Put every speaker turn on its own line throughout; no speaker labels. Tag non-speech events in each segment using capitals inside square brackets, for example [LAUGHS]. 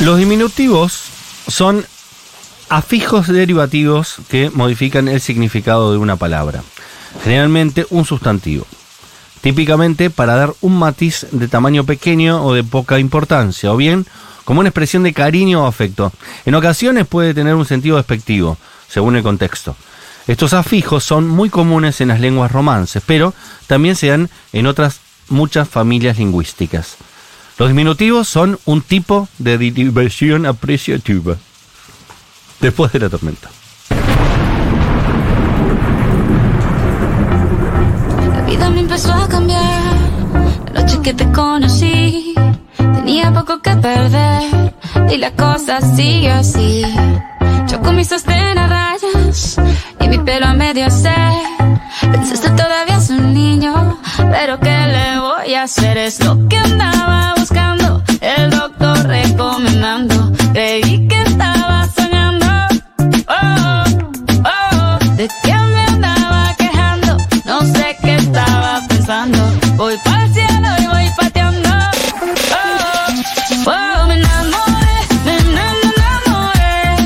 Los diminutivos son afijos derivativos que modifican el significado de una palabra, generalmente un sustantivo, típicamente para dar un matiz de tamaño pequeño o de poca importancia, o bien como una expresión de cariño o afecto. En ocasiones puede tener un sentido despectivo, según el contexto. Estos afijos son muy comunes en las lenguas romances, pero también se dan en otras muchas familias lingüísticas. Los diminutivos son un tipo de diversión apreciativa. Después de la tormenta.
La vida me empezó a cambiar. La noche que te conocí, tenía poco que perder. Y la cosa sigue así. Yo con mi sostén a rayas y mi pelo a medio se. Pensaste todavía es un niño, pero ¿qué le voy a hacer? Es lo que andaba buscando, el doctor recomendando. Creí que estaba soñando. Oh, oh, oh. ¿De qué me andaba quejando? No sé qué estaba pensando. Voy pa'l cielo y voy pateando. Oh, oh, oh. Me enamoré, me enam- me enamoré.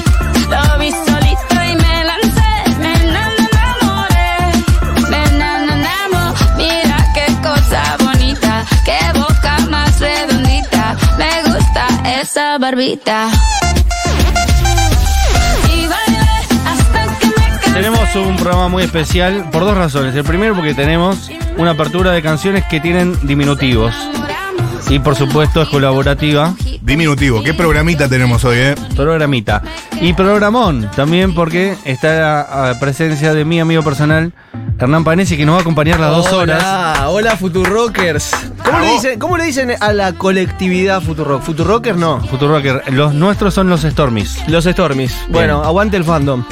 Lo vi solito y me lancé. Me enam- me enamoré. Me enam- me enamo- Mira qué cosa bonita. Qué boca más redondita. Me gusta esa barbita. Y bailé hasta que me cansé.
Tenemos un programa muy especial por dos razones. El primero porque tenemos una apertura de canciones que tienen diminutivos. Y por supuesto es colaborativa.
Diminutivo, ¿qué programita tenemos hoy, eh?
Programita. Y programón también porque está la a presencia de mi amigo personal, Hernán Panesi, que nos va a acompañar las dos horas.
Hola, hola Futurockers. ¿Cómo, le dicen, ¿Cómo le dicen a la colectividad Futurock? Futurockers no.
Futurocker, los nuestros son los Stormies.
Los Stormies. Bueno, aguante el fandom.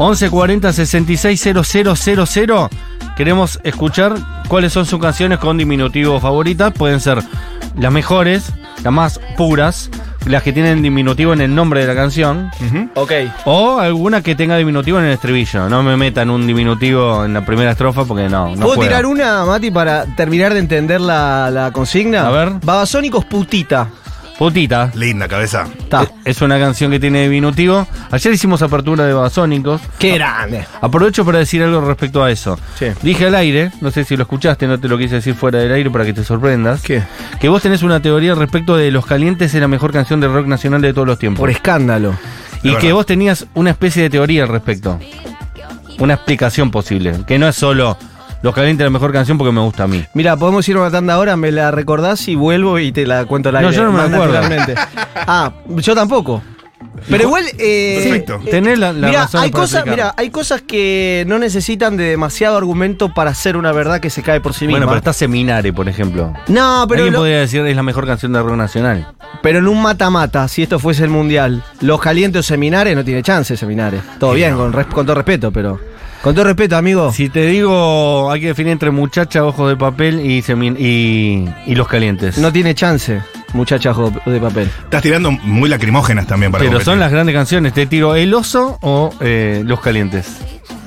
1140 660000. Queremos escuchar cuáles son sus canciones con diminutivo favoritas. Pueden ser las mejores, las más puras, las que tienen diminutivo en el nombre de la canción.
Ok.
O alguna que tenga diminutivo en el estribillo. No me metan un diminutivo en la primera estrofa porque no. no
¿Puedo
puedo.
tirar una, Mati, para terminar de entender la, la consigna?
A ver.
Babasónicos putita.
Putita.
Linda cabeza.
Ta.
Es una canción que tiene diminutivo. Ayer hicimos apertura de Babasónicos.
Qué grande.
Aprovecho para decir algo respecto a eso.
Sí.
Dije al aire, no sé si lo escuchaste, no te lo quise decir fuera del aire para que te sorprendas.
¿Qué?
Que vos tenés una teoría respecto de Los Calientes es la mejor canción de rock nacional de todos los tiempos.
Por escándalo.
y
Es
que
verdad.
vos tenías una especie de teoría al respecto. Una explicación posible. Que no es solo Los Calientes es la mejor canción porque me gusta a mí.
Mira, podemos ir a una tanda ahora, me la recordás y vuelvo y te la cuento al
No,
aire.
yo no me
más
acuerdo.
naturalmente. ah, yo tampoco. Pero igual. eh,
Perfecto.
Tenés la, la
Mirá,
razón
hay
para
cosas,
explicar.
mirá, hay cosas que no necesitan de demasiado argumento para ser una verdad que se cae por sí misma.
Bueno, pero está Seminare, por ejemplo.
No, pero,
Alguien
lo-
podría decir es la mejor canción de rock nacional.
pero en un mata-mata, si esto fuese el mundial, los calientes seminares no tiene chance seminares. Todo bien, con, res- con todo respeto, pero. Con todo respeto, amigo.
Si te digo, hay que definir entre muchacha, ojos de papel y, Semin- y, y los calientes.
No tiene chance, muchachas de papel.
Estás tirando muy lacrimógenas también para
Pero
competir.
son las grandes canciones. Te tiro El Oso o eh, Los Calientes.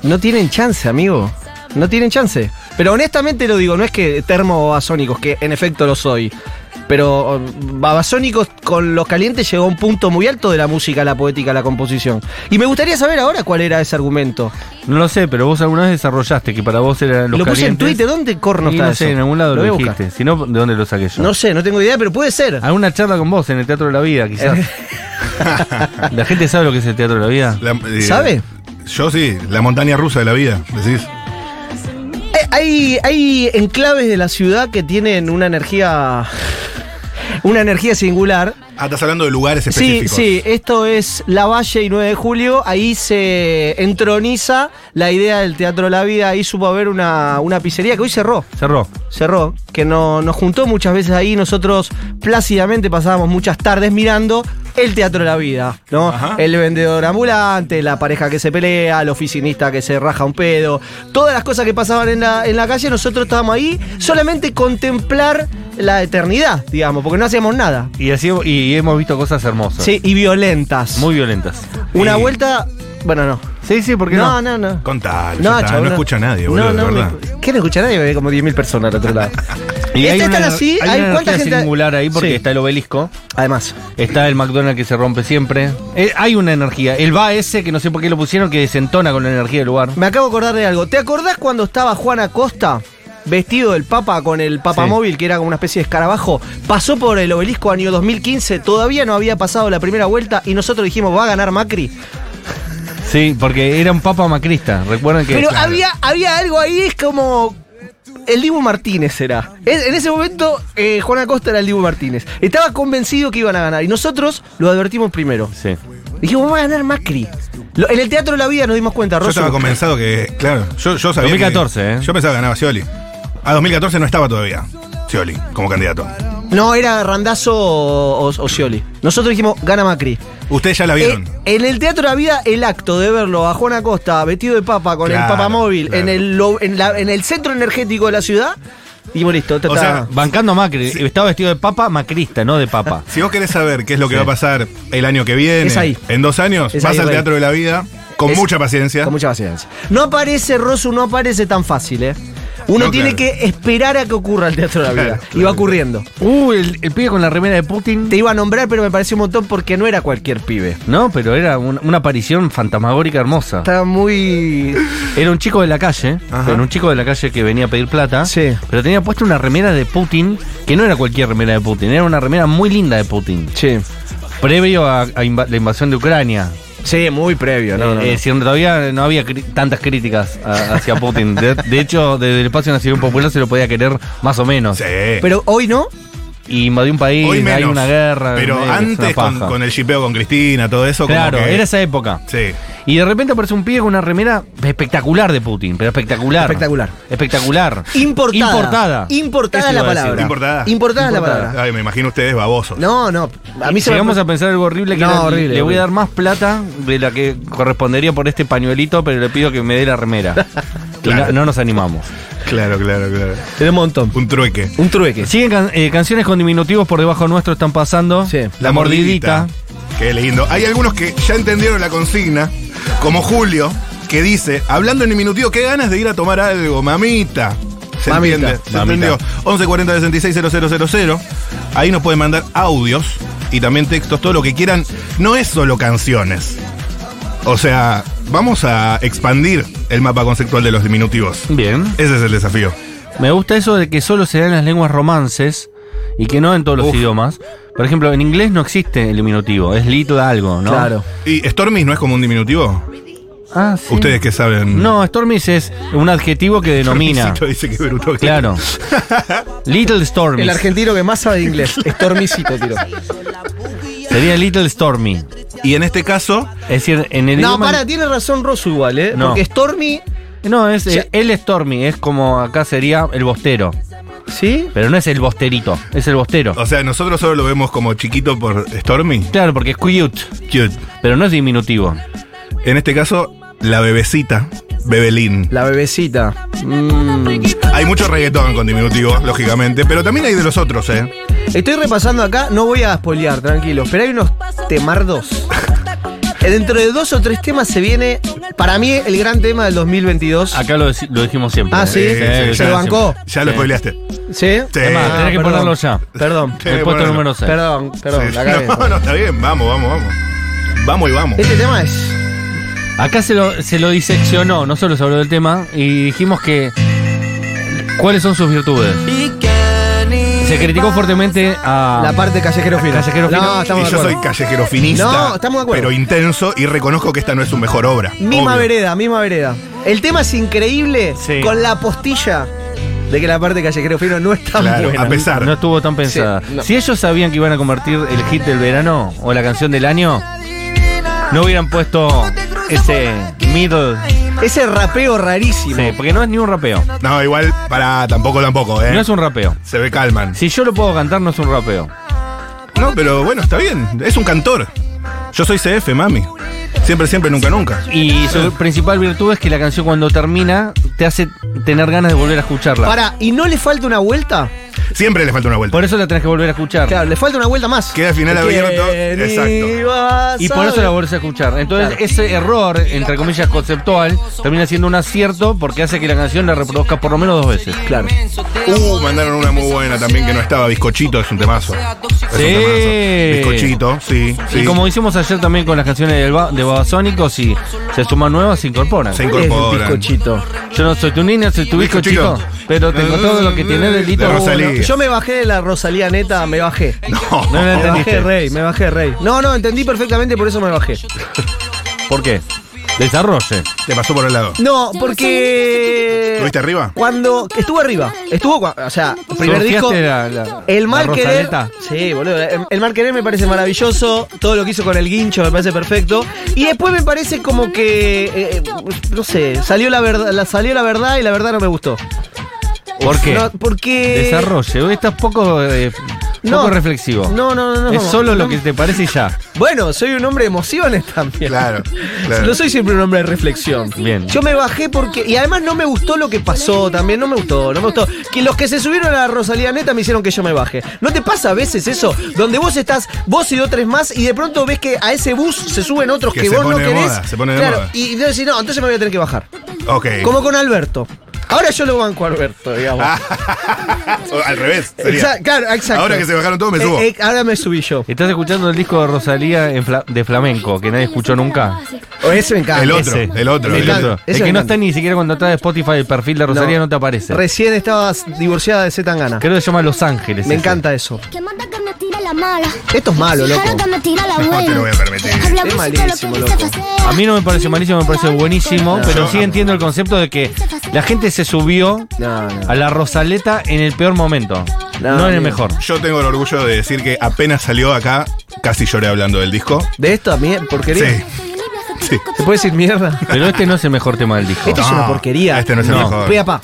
No tienen chance, amigo. No tienen chance. Pero honestamente lo digo, no es que termo basónicos, que en efecto lo soy. Pero mm, Babasónicos con los calientes llegó a un punto muy alto de la música, la poética, la composición. Y me gustaría saber ahora cuál era ese argumento.
No lo sé, pero vos alguna vez desarrollaste que para vos eran Los
lo puse
Calientes.
en Twitter, ¿dónde corno
Y
está
no
eso?
sé, en algún lado
voy a
lo,
buscar.
dijiste. Ah. Si no, ¿de dónde lo saqué yo?
No sé, no tengo idea, pero puede ser.
Alguna charla con vos en el Teatro de la Vida,
[LAUGHS]
quizás. ¿La gente sabe lo que es el Teatro de la Vida?
La- eh,
¿Sabe?
Yo sí, la montaña rusa de la vida, decís.
Eh, Hay, hay enclaves de la ciudad que tienen una energía. Una energía singular.
Ah, estás hablando de lugares
Sí,
específicos.
sí, esto es La Valle y 9 de julio. Ahí se entroniza la idea del Teatro La Vida. Ahí supo haber una, una pizzería que hoy cerró.
Cerró.
Cerró, que no, nos juntó muchas veces ahí. Nosotros plácidamente pasábamos muchas tardes mirando el Teatro La Vida, ¿no?
Ajá.
El vendedor ambulante, la pareja que se pelea, el oficinista que se raja un pedo. Todas las cosas que pasaban en la, en la calle, nosotros estábamos ahí solamente contemplar la eternidad, digamos, porque no hacíamos nada.
Y, así, y hemos visto cosas hermosas.
Sí, y violentas.
Muy violentas.
Una
Y-
vuelta Bueno, no.
Sí, sí, ¿por qué
no,
no?
no, no.
Contalo,
No,
ya está,
chabón,
no escucha a nadie, boludo, de verdad.
me- ¿Qué no escucha nadie? Hay como 10.000 personas al otro lado.
Y
Este
hay
están
una,
así,
hay
hay
una
cuánta
energía
gente-
singular ahí porque
Sí.
está el obelisco,
Además,
está el McDonald's que se rompe siempre. Eh, hay una energía. El va ese que no sé por qué lo pusieron que desentona con la energía del lugar.
me acabo de acordar de algo. ¿Te acordás cuando estaba Juan Acosta vestido del Papa con el Papa
Sí.
móvil, que era como una especie de escarabajo? Pasó por el obelisco año 2015, todavía no había pasado la primera vuelta y nosotros dijimos, va a ganar Macri.
Sí, porque era un papa macrista. Recuerden que.
Pero
Claro.
había, había algo ahí, es como. El Dibu Martínez era. Es- en ese momento, eh, Juan Acosta era el Dibu Martínez. Estaba convencido que iban a ganar. Y nosotros lo advertimos primero.
Sí.
Dijimos, vamos a ganar Macri. Lo- en el Teatro de la Vida nos dimos cuenta,
Yo
Rosso.
estaba convencido que, claro, yo, yo sabía. que-
2014, ¿eh?
Yo pensaba que ganaba Scioli. A 2014 no estaba todavía Scioli como candidato.
No, era Randazo o, o- o Scioli. Nosotros dijimos, gana Macri.
Ustedes ya la vieron.
Eh, en el Teatro de la Vida, el acto de verlo a Juan Acosta vestido de papa con el
Claro,
papa móvil
claro.
en, el, lo- en, la- en el centro energético de la ciudad. Dijimos, listo, esta
O
está-
sea,
Bancando a Macri. Estaba vestido de papa macrista, no de papa.
Si vos querés saber qué es lo que va a pasar el año que viene,
Es ahí.
en dos años,
Es
vas
ahí,
al
Rey.
Teatro de la Vida con
Es-
mucha paciencia.
Con mucha paciencia. No aparece, Rosu, no aparece tan fácil, ¿eh? Uno
No,
tiene
claro.
que esperar a que ocurra el teatro de la vida.
Claro,
Y va ocurriendo.
Uh, el, el pibe con la remera de Putin.
Te iba a nombrar, pero me pareció un montón porque no era cualquier pibe.
No, pero era un- una aparición fantasmagórica hermosa.
Estaba muy.
Era un chico de la calle,
Ajá.
pero un chico de la calle que venía a pedir plata,
Sí.
pero tenía puesta una remera de Putin, que no era cualquier remera de Putin, era una remera muy linda de Putin,
Sí.
previo a, a inva- la invasión de Ucrania.
Sí, muy previo, no,
Eh,
no,
es
no.
decir, todavía no había cri- tantas críticas a- hacia Putin. De, de hecho, desde el espacio nacional popular se lo podía querer más o menos.
Sí.
Pero hoy no.
Y invadió un país,
Hoy menos.
hay una guerra.
Pero
eh, es
antes
una
con,
paja.
con el shipeo con Cristina, todo eso. como
Claro,
que-
era esa época.
Sí.
Y de repente aparece un pibe con una remera espectacular de Putin, pero espectacular.
Espectacular.
Espectacular.
Importada.
Importada.
Importada
Eso iba
la
a decir.
palabra.
Importada.
Importada la palabra.
Ay, me imagino ustedes babosos.
No, no. A mí se me.
Llegamos a pensar algo horrible que
No,
era,
horrible,
le voy
horrible.
a dar más plata de la que correspondería por este pañuelito, pero le pido que me dé la remera.
[LAUGHS]
Y
Claro.
no, no nos animamos.
Claro, claro, claro.
Era un montón.
Un trueque.
Un trueque.
Siguen can- eh, canciones con diminutivos por debajo nuestro están pasando.
Sí.
La, mordidita.
Qué lindo. Hay algunos que ya entendieron la consigna, como Julio, que dice, hablando en diminutivo, qué ganas de ir a tomar algo, mamita. ¿Se
Mamita.
entiende? ¿Se
Mamita.
entendió? 1140 66 000. Ahí nos pueden mandar audios y también textos, todo lo que quieran. No es solo canciones. O sea, vamos a expandir el mapa conceptual de los diminutivos.
Bien.
Ese es el desafío.
Me gusta eso de que solo se da en las lenguas romances y que no en todos los
Uf.
idiomas. Por ejemplo, en inglés no existe el diminutivo, es little algo, ¿no?
Claro.
¿Y Stormis no es como un diminutivo?
Ah, sí.
¿Ustedes qué saben? [LAUGHS]
No, Stormis es un adjetivo que denomina.
Stormisito dice que bruto. que-
Claro.
[LAUGHS]
Little Stormy.
El argentino que más sabe de inglés. Stormicito, tiro.
Sería Little Stormy.
Y en este caso,
Es decir, en el
No,
idioma-
para, tiene razón Rosu igual, ¿eh?
No.
Porque Stormy.
No, es
Ya-
eh, el Stormy, es como acá sería el bostero.
¿Sí?
Pero no es el bosterito, es el bostero.
O sea, nosotros solo lo vemos como chiquito por Stormy.
Claro, porque es cute,
Cute.
pero no es diminutivo.
En este caso, la bebecita, Bebelín.
La bebecita. Mm.
Hay mucho reggaetón con diminutivo, lógicamente, pero también hay de los otros, ¿eh?
Estoy repasando acá, no voy a spoilear, tranquilo, pero hay unos temardos. Eh, Dentro de dos o tres temas se viene, para mí, el gran tema del 2022.
Acá lo, deci- lo dijimos siempre.
Ah, sí,
Sí, sí,
lo
se
dijimos
bancó.
siempre.
Ya lo
Sí.
spoileaste.
¿Sí?
Sí.
Es más,
Ah,
tenés que
perdón.
ponerlo ya.
Perdón,
Sí,
El puesto
bueno.
número 6.
perdón, perdón,
Sí.
la cagué.
No, no, está bien, vamos, vamos, vamos. Vamos y vamos.
Este tema es...
Acá se lo, se lo diseccionó, no solo se habló del tema, y dijimos que. ¿Cuáles son sus virtudes? Se criticó fuertemente a.
La parte callejero fino.
Callejero fino.
No,
Ah. Y
estamos de
yo
acuerdo.
soy callejero finista,
No, estamos de acuerdo.
pero intenso y reconozco que esta no es su mejor obra.
Misma
obvio.
vereda, misma vereda. El tema es increíble
Sí.
con la postilla de que la parte callejero fino no está tan
Claro,
buena.
a pesar.
No estuvo tan pensada.
Sí, no.
Si ellos sabían que iban a convertir el hit del verano o la canción del año, no hubieran puesto ese middle.
Ese rapeo rarísimo.
Sí, porque no es ni un rapeo.
No, igual, para tampoco, tampoco, ¿eh?
No es un rapeo.
Se ve calman.
Si yo lo puedo cantar, no es un rapeo.
No, pero bueno, está bien. Es un cantor. Yo soy CF, mami. Siempre, siempre, nunca, nunca.
Y su principal virtud es que la canción cuando termina te hace tener ganas de volver a escucharla.
Para, ¿y no le falta una vuelta?
Siempre le falta una vuelta.
Por eso la tenés que volver a escuchar.
Claro, le falta una vuelta más.
Queda al final abierto. Exacto.
Y por eso la volvés a escuchar. Entonces,
Claro.
ese error, entre comillas, conceptual, termina siendo un acierto porque hace que la canción la reproduzca por lo menos dos veces.
Claro.
Uh, mandaron una muy buena también que no estaba. Bizcochito es un temazo. Es un
Sí.
temazo. Bizcochito, sí. sí.
Y como hicimos ayer también con las canciones del Ba- de Babasónicos, si se suman nuevas, se incorporan.
Se
Es un
incorporan.
bizcochito.
Yo no soy tu niña, soy tu hijo,
Bizcochito.
chico. Pero tengo todo lo que tiene delito.
De Rosalía.
Bueno, yo me bajé de la Rosalía neta, me bajé.
No, [LAUGHS]
No, no,
Me
entendiste.
bajé rey, me bajé rey. No, no, entendí perfectamente, por eso me bajé.
¿Por qué? Desarrolle.
te pasó por el lado.
No, porque.
¿Lo viste arriba?
Cuando estuvo arriba, estuvo, cua- o sea, el primer disco.
Surfeaste la- la-
El
la
mal querer.
Rosaleta.
Sí, boludo. El, el mal querer me parece maravilloso. Todo lo que hizo con el guincho me parece perfecto. Y después me parece como que. eh, eh, no sé, salió la verdad, la, salió la verdad y la verdad no me gustó.
¿Por qué?
No, porque.
Desarrolle. Hoy estás poco, eh,
No.
poco reflexivo.
No, no, no, no.
Es solo
No.
lo que te parece y ya.
Bueno, soy un hombre de emociones [LAUGHS] también.
Claro, claro.
No soy siempre un hombre de reflexión.
Bien.
Yo me bajé porque. Y además no me gustó lo que pasó también. No me gustó, no me gustó. Que los que se subieron a la Rosalía Neta me hicieron que yo me baje. ¿No te pasa a veces eso? Donde vos estás, vos y otros más, y de pronto ves que a ese bus se suben otros que,
Que se
vos no
pone de
querés.
moda, se pone de
claro,
moda.
Y yo decís, no, entonces me voy a tener que bajar.
Ok.
Como con Alberto. Ahora yo lo banco a Alberto, digamos.
O [LAUGHS] Al revés. Ah, Sería.
Exa- claro, exacto.
Ahora que se bajaron todos, me subo.
Eh, eh, ahora me subí yo.
Estás escuchando el disco de Rosalía en fla- de flamenco, que nadie escuchó nunca.
O Oh, ese me encanta.
el otro,
ese.
el otro.
Me
el
encanta.
otro.
El
Eso me
que no
encanta.
está ni siquiera cuando está de Spotify el perfil de Rosalía no, te aparece.
Recién estabas divorciada de Zetangana.
Creo que se llama Los Ángeles.
Me
ese.
encanta eso.
Que manda que me tira la mala.
Esto es malo, loco.
Claro que me tira la buena.
No te lo voy a permitir.
Habla
Es
música, lo
malísimo,
que
loco.
dice facea.
A mí no me parece malísimo, me parece buenísimo,
No,
pero
yo
sí
amo.
entiendo el concepto de que la gente se subió
No, no.
a la Rosaleta en el peor momento,
No,
no en el
amigo.
mejor.
Yo tengo el orgullo de decir que apenas salió acá, casi lloré hablando del disco.
¿De esto a mí? ¿Porquería?
Sí. Sí.
¿Se puede decir mierda?
Pero este no es el mejor tema del disco.
Esto es una
No,
porquería.
este no es el mejor.
Pea pa.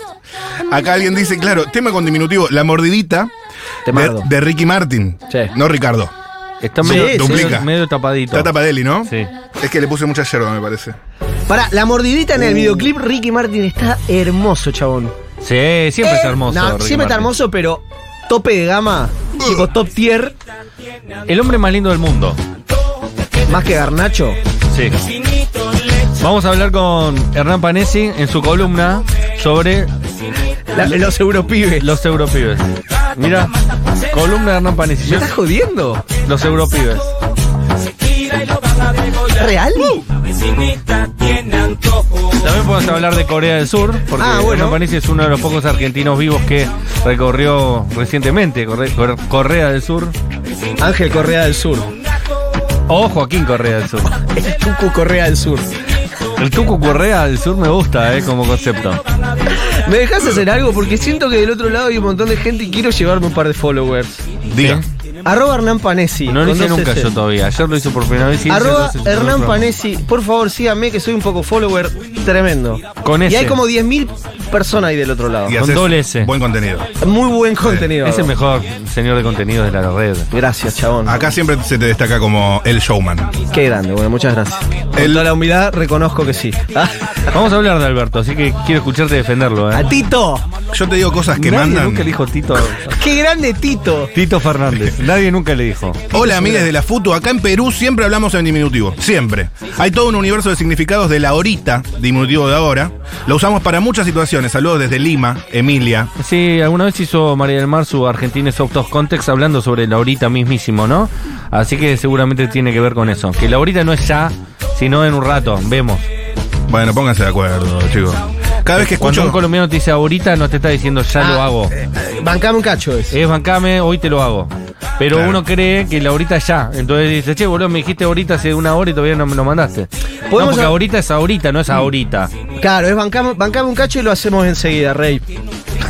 Acá alguien dice, claro, tema con diminutivo, la mordidita de,
Temardo.
de Ricky Martin.
Sí.
No Ricardo.
Está
Sí,
medio,
sí.
Duplica.
medio, medio tapadito.
Tata Padelli, ¿no?
Sí.
Es que le puse mucha yerba, me parece.
Pará, la mordidita
Uh.
en el videoclip, Ricky Martin está hermoso, chabón.
Sí, siempre está hermoso.
No,
Ricky
Eh, siempre
Martin.
está hermoso, pero tope de gama,
Uh.
tipo top tier,
El hombre más lindo del mundo.
más que Garnacho.
Sí. Vamos a hablar con Hernán Panesi en su columna sobre
La- los europibes.
los europibes. Mira, columna de Hernán Panesi.
¿Me estás jodiendo?
Los europibes.
¿Real?
Uh.
También podemos hablar de Corea del Sur, porque
Ah, bueno.
Hernán Panesi es uno de los pocos argentinos vivos que recorrió recientemente Corre- Cor- Correa del Sur.
Ángel Correa del Sur.
O Joaquín Correa del Sur.
El Tucu Correa del Sur.
El Tucu Correa del Sur me gusta, eh, como concepto.
¿Me dejas hacer algo? Porque siento que del otro lado hay un montón de gente y quiero llevarme un par de followers.
Diga.
Arroba Hernán Panesi.
No lo
con
hice
dos
nunca
S.
yo todavía. Ayer lo hice por primera vez. y hice
Arroba
dos-
Hernán
dos-
Panesi, por favor síganme que soy un poco follower tremendo.
Con
Y
ese.
hay como 10.000 personas ahí del otro lado.
Y
Con
haces
doble S.
Buen contenido.
Muy buen contenido.
Es el mejor señor de contenidos de la red.
Gracias, chabón.
Acá siempre se te destaca como el showman.
Qué grande, bueno, muchas gracias. Con
El-
toda la humildad reconozco que sí. Ah,
Vamos a hablar de Alberto, así que quiero escucharte defenderlo. ¿eh?
A Tito,
Yo te digo cosas que
Nadie
mandan.
nunca le dijo Tito.
qué grande Tito.
Tito Fernández. Nadie nunca le dijo.
Hola amigues de la Futu, acá en Perú siempre hablamos en diminutivo, siempre. Hay todo un universo de significados de la horita, diminutivo de ahora. Lo usamos para muchas situaciones. Saludos desde Lima, Emilia.
Sí, alguna vez hizo María del Mar su Argentina es Out of Context hablando sobre la horita mismísimo, ¿no? Así que seguramente tiene que ver con eso. Que la horita no es ya, sino en un rato. Vemos.
Bueno, pónganse de acuerdo, chicos. Cada vez que
Cuando
escucho...
un colombiano te dice ahorita, no te está diciendo ya lo
Ah,
hago.
Bancame un cacho es.
Es Eh, bancame, hoy te lo hago. Pero
Claro.
uno cree que la ahorita ya. Entonces dice, che, boludo, me dijiste ahorita hace una hora y todavía no me lo mandaste. No,
Podemos
porque
hab-
ahorita es ahorita, no es ahorita.
Claro, es bancame, bancame un cacho y lo hacemos enseguida, Rey.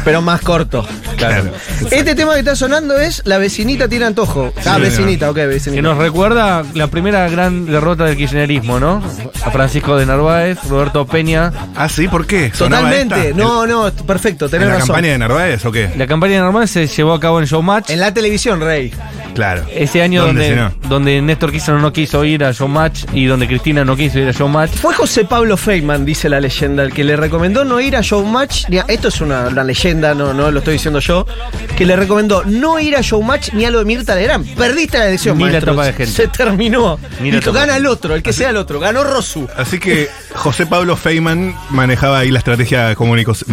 Pero más corto.
Claro.
Este tema que está sonando es La vecinita tiene antojo. Ah,
Sí,
vecinita, ok,
Que
vecinita.
nos recuerda la primera gran derrota del kirchnerismo, ¿no? A Francisco de Narváez, Roberto Peña.
Ah, sí, ¿por qué? ¿Sonaba
Totalmente.
esta?
No, no, perfecto,
¿En
tenés
la
razón.
campaña de Narváez o qué?
La campaña de Narváez se llevó a cabo en Showmatch.
En la televisión, Rey.
Claro.
Ese año
¿Dónde,
donde,
si no?
donde Néstor Kirchner no quiso ir a Showmatch y donde Cristina no quiso ir a Showmatch.
Fue José Pablo Feynman, dice la leyenda, el que le recomendó no ir a Showmatch. ni a- esto es una, una leyenda, no, no lo estoy diciendo yo. Que le recomendó no ir a Showmatch ni a lo de Mirta Legrand. Perdiste la elección,
Ni la
maestro.
tapa de gente.
Se terminó.
Ni la
Dijo,
tapa.
gana el otro, el que sea el otro. Ganó Rosu.
Así que José Pablo Feynman manejaba ahí la estrategia mm, comunicosa.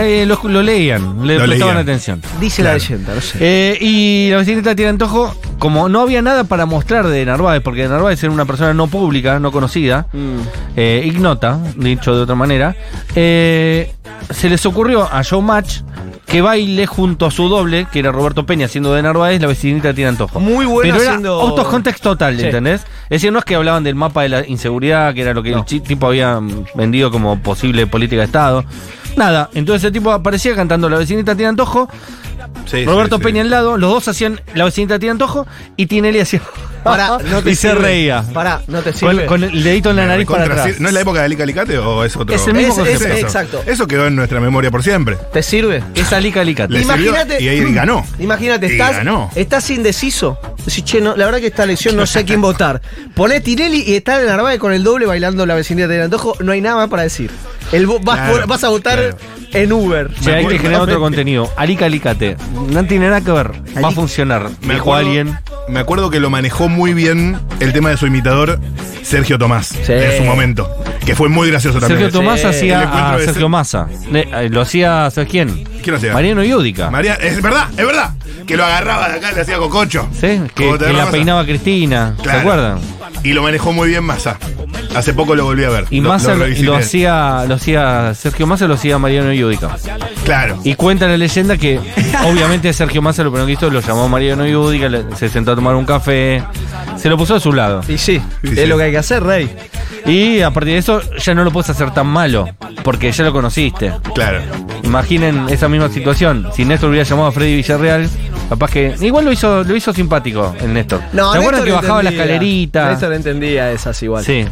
Eh, lo, lo leían, le
Ah. Lo
prestaban
leían.
atención.
Dice la leyenda, no sé.
Eh, y la bicicleta tiene antojo, como no había nada para mostrar de Narváez, porque Narváez era una persona no pública, no conocida,
Mm.
eh, ignota, dicho de otra manera, eh, se les ocurrió a Showmatch que baile junto a su doble, que era Roberto Peña haciendo de Narváez, la vecinita tiene antojo.
Muy bueno
Pero era
haciendo-
autos context total,
Sí.
¿entendés? Es decir, no es que hablaban del mapa de la inseguridad, que era lo que el chi- tipo había mm, vendido como posible política de Estado. Nada, entonces el tipo aparecía cantando La vecinita tiene antojo, Roberto Peña al lado, los dos hacían La vecinita tiene antojo y Tinelli
[LAUGHS]
hacía.
Pará, no te
ah, y se
sirve.
reía.
Pará, no te sirve.
Con, con el dedito en la nariz para
Recontra-
atrás.
¿No es la época de Alica Alicate o es otro?
Es el mismo
Es- es-
eso.
exacto.
Eso quedó en nuestra memoria por siempre.
¿Te sirve?
Es Alica Alicate.
Le sirvió
Imagínate-
y ahí ganó.
Imagínate,
Y
estás,
ganó.
estás indeciso. Decís, che, no, la verdad que esta elección
[LAUGHS]
no sé a quién votar. Ponés Tinelli y está en Narváez con el doble bailando la vecindad de Antojo. No hay nada más para decir. El, vo- vas,
Claro,
por- vas a votar
claro.
en Uber.
Sí, hay que generar
[LAUGHS]
otro contenido. Alica Alicate. No tiene nada que ver. Va a funcionar.
Me
Dijo
acuerdo-
alguien.
Me acuerdo que lo manejó muy bien el tema de su imitador, Sergio Tomás, en su momento. Que fue muy gracioso también.
Sergio Tomás
Sí.
hacía
El encuentro
a
de
Sergio
Ser-
Massa. Le- eh, lo hacía, ¿sabes quién?
¿Quién hacía?
Mariano Iudica.
María, es verdad, es verdad. Que lo agarraba de acá, le hacía cococho.
¿Sí? Que,
Como te
que la
agarrabas a-
peinaba Cristina. ¿Se
Claro.
acuerdan?
Y lo manejó muy bien Massa. Hace poco lo volví a ver.
Y
Lo-
Massa lo,
revisité.
lo hacía, lo hacía Sergio Massa, lo hacía Mariano Iudica.
Claro.
Y cuenta la leyenda que, obviamente, Sergio Massa lo primero que hizo, lo llamó Mariano Iudica, le- se sentó a tomar un café, se lo puso a su lado.
Y sí,
Sí,
es
sí.
lo que hay que hacer, Rey.
Y a partir de eso ya no lo puedes hacer tan malo, porque ya lo conociste.
Claro.
Imaginen esa misma situación. Si Néstor hubiera llamado a Freddy Villarreal, capaz que. Igual lo hizo, lo hizo simpático el Néstor. ¿Se acuerdan
Néstor
que
lo
bajaba la
entendía.
escalerita?
Néstor entendía esas igual.
Sí.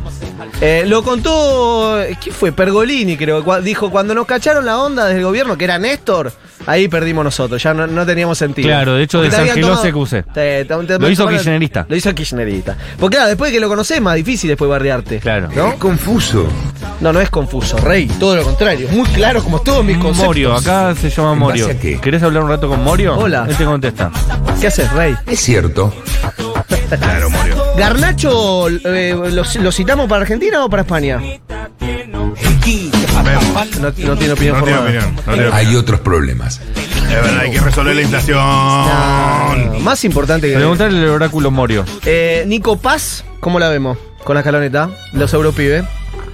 Eh, lo contó, eh, ¿quién fue? Pergolini, creo. Cua- Dijo, cuando nos cacharon la onda desde el gobierno, que era Néstor, ahí perdimos nosotros, ya no, no teníamos sentido.
Claro, de hecho,
Porque te
desangeló
habían tomado-
CQC.
Te- te- te-
Lo hizo
tomaron-
kirchnerista.
Lo hizo kirchnerista. Porque claro, después de que lo conocés, más difícil después bardearte.
Claro.
¿No?
Confuso.
No, no es confuso, rey, todo lo contrario. Es Muy claro, como todos mis conceptos.
Morio, acá se llama
¿En base
Morio.
a qué?
¿Querés hablar un rato con Morio?
Hola.
Él te contesta.
¿Qué haces, rey?
Es cierto.
Claro, Morio.
¿Garnacho eh, lo, lo citamos para Argentina o para España? No, no tiene opinión
No tiene
formada.
opinión. No tiene opinión.
Hay otros problemas.
Es verdad, hay que resolver la inflación.
No, más importante que.
Preguntale el oráculo Morio.
Eh, Nico Paz, ¿cómo la vemos? Con la escaloneta, los europibes.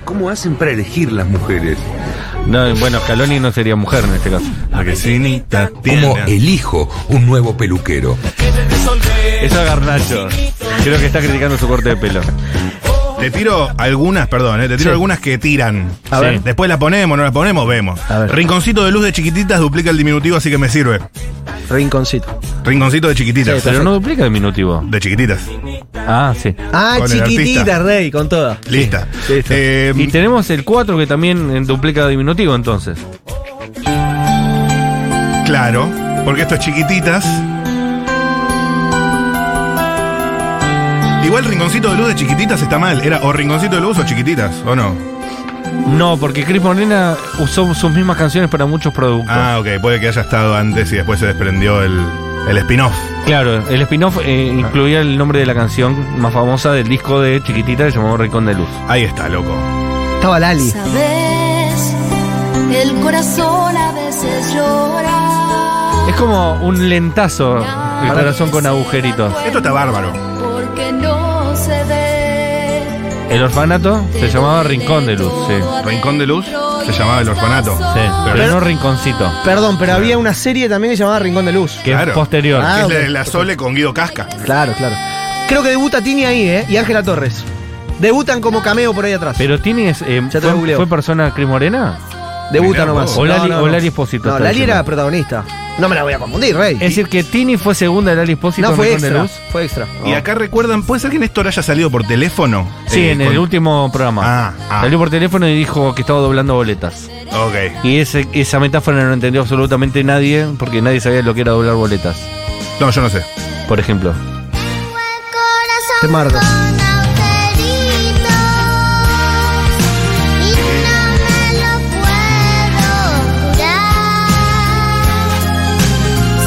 ¿Cómo hacen para elegir las mujeres?
No, bueno, Scaloni no sería mujer en este caso.
La que sinita
¿Cómo
tiene.
elijo un nuevo peluquero?
Eso es Garnacho. Creo que está criticando su corte de pelo.
Te tiro algunas, perdón, eh, te tiro algunas que tiran.
A ver.
Después las ponemos, no las ponemos, vemos.
A ver.
Rinconcito de luz de chiquititas duplica el diminutivo, así que me sirve.
Rinconcito.
Rinconcito de chiquititas.
Pero no duplica diminutivo.
de chiquititas.
Ah, sí.
Ah,
Con el
chiquitita,
artista.
rey, con toda.
Lista.
Listo.
Eh,
Y tenemos el 4 que también eh, duplica diminutivo entonces.
Claro, porque esto es chiquititas. Igual rinconcito de luz de chiquititas está mal. Era o rinconcito de luz o chiquititas, ¿o no?
No, porque Cris Morena usó sus mismas canciones para muchos productos.
Ah, ok, puede que haya estado antes y después se desprendió el, el spin-off.
Claro, el spin-off eh, incluía el nombre de la canción más famosa del disco de Chiquitita que se llamó Rincón de Luz.
Ahí está, loco.
Estaba Lali.
Sabes, el corazón a veces llora.
Es como un lentazo, el corazón con agujeritos.
Esto está bárbaro.
Porque no se ve.
El orfanato se llamaba Rincón de Luz, sí.
Rincón de luz se llamaba el orfanato.
Sí, pero
Pero-
no Rinconcito,
Perdón, pero había una serie también que se llamaba Rincón de Luz.
que
Claro.
es posterior.
Ah,
es
ok.
la, de la Sole con Guido Casca.
Claro, claro. Creo que debuta Tini ahí, ¿eh? Y Ángela Torres. Debutan como cameo por ahí atrás.
Pero tienes. eh,
Ya te lo
fue,
googleo.
¿Fue persona Cris Morena?
Debuta
Mirá
nomás.
vos.
O Lali- o Lali Espósito
No,
está
Lali era
diciendo.
protagonista. No me la voy a confundir, rey.
Es decir, que Tini fue segunda de Lali Espósito
no,
en
fue
Rincón de
extra.
Luz. Ah.
Fue extra.
Y acá recuerdan, puede ser que Néstor haya salido por teléfono.
Sí,
Eh,
en el
con-
último programa.
Ah, ah.
Salió por teléfono y dijo que estaba doblando boletas.
Ok.
Y ese- esa metáfora no la entendió absolutamente nadie, porque nadie sabía lo que era doblar boletas,
No, yo no sé.
por ejemplo.
Temardo.
Con agujeritos y no me lo puedo curar.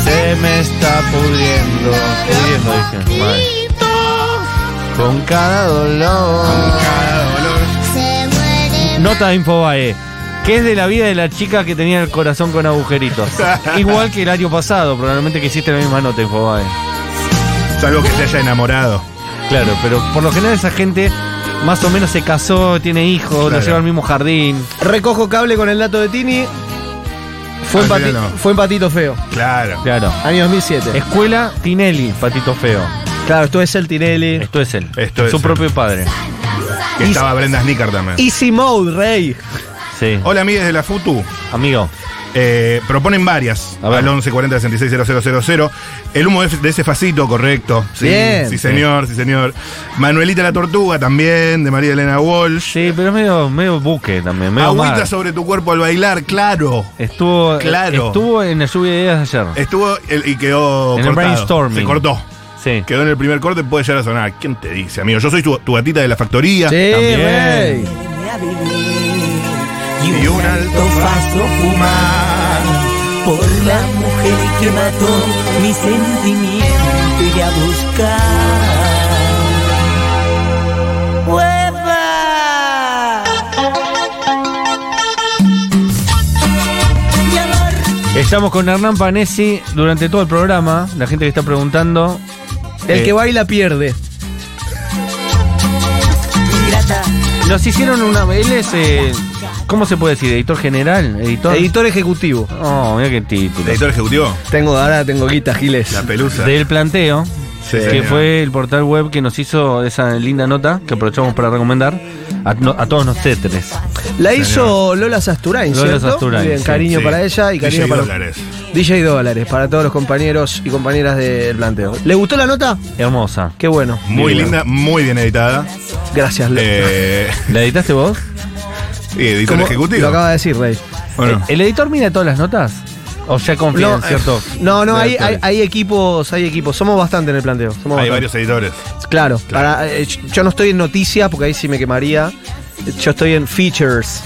Se me está pudiendo. Pudiendo, dije. Vale. Con cada dolor.
Se muere
Nota de Infobae. Que es de la vida de la chica que tenía el corazón con agujeritos. Igual que el año pasado, probablemente que hiciste la misma nota, Infobae.
Salvo que se haya enamorado.
Claro, pero por lo general esa gente más o menos se casó, tiene hijos, lo
Claro.
lleva al mismo jardín.
Recojo cable con el dato de Tini.
Ah,
Fue,
Al
en,
final
Pati-
no.
fue en Patito Feo,
Claro.
Claro.
año 2007.
Escuela Tinelli, patito feo.
claro, esto es el Tinelli.
Esto es él.
Esto es
Su
él.
propio padre.
Que estaba Brenda Snicker también.
Easy Mode, Rey.
Sí.
Hola, amigues de la Futu.
Amigo.
Eh, proponen varias
A ver.
al 11 40 66 000. El humo de de ese facito, correcto. Sí,
Bien.
sí, señor, sí, señor. Manuelita la Tortuga también, de María Elena Walsh.
Sí, pero es medio, medio buque también. Medio
Agüita
mar.
sobre tu cuerpo al bailar, claro.
Estuvo, eh,
Claro. Eh,
estuvo en el lluvia de ideas de ayer.
Estuvo el- y quedó
En el
cortado.
brainstorming.
Se cortó.
Sí.
Quedó en el primer corte, puede llegar a sonar. ¿Quién te dice, amigo? Yo soy tu, tu gatita de la factoría.
Sí,
También.
Rey.
Y un alto paso fumar.
por la mujer que mató mi sentimiento iré a buscar. ¡Hueva! Mi amor,
Estamos con Hernán Panesi durante todo el programa. La gente que está preguntando.
El
Eh,
que baila pierde.
mi grata,
Nos hicieron una. Él es. eh, ¿Cómo se puede decir? ¿Editor general? ¿Editor?
Editor ejecutivo.
Oh, mira qué título.
Editor ejecutivo,
Tengo, ahora tengo guita, Giles.
la pelusa.
Del planteo.
Sí,
que
señor.
fue el portal web que nos hizo esa linda nota que aprovechamos para recomendar a, no- a todos nosotros.
La hizo Lola Sasturain,
Lola
¿cierto?
Sasturain,
Muy bien,
sí,
cariño
sí.
para ella y cariño
DJ
para
dólares.
DJ dólares para todos los compañeros y compañeras del planteo. ¿Le gustó la nota?
Hermosa.
Qué bueno.
Muy
Divina.
linda, muy bien editada.
Gracias, Lola.
Eh, [LAUGHS]
¿La editaste vos?
y editor
Como Lo
ejecutivo.
acaba de decir, Rey.
Bueno,
¿El editor mira todas las notas? ¿O ya confía en
eh,
cierto?
no, no, hay, hay,
redactores?
hay equipos, hay equipos. Somos bastante en el planteo. Somos
hay
bastante.
varios editores.
Claro, para- eh, yo- yo no estoy en noticias porque ahí sí me quemaría. Yo estoy en features.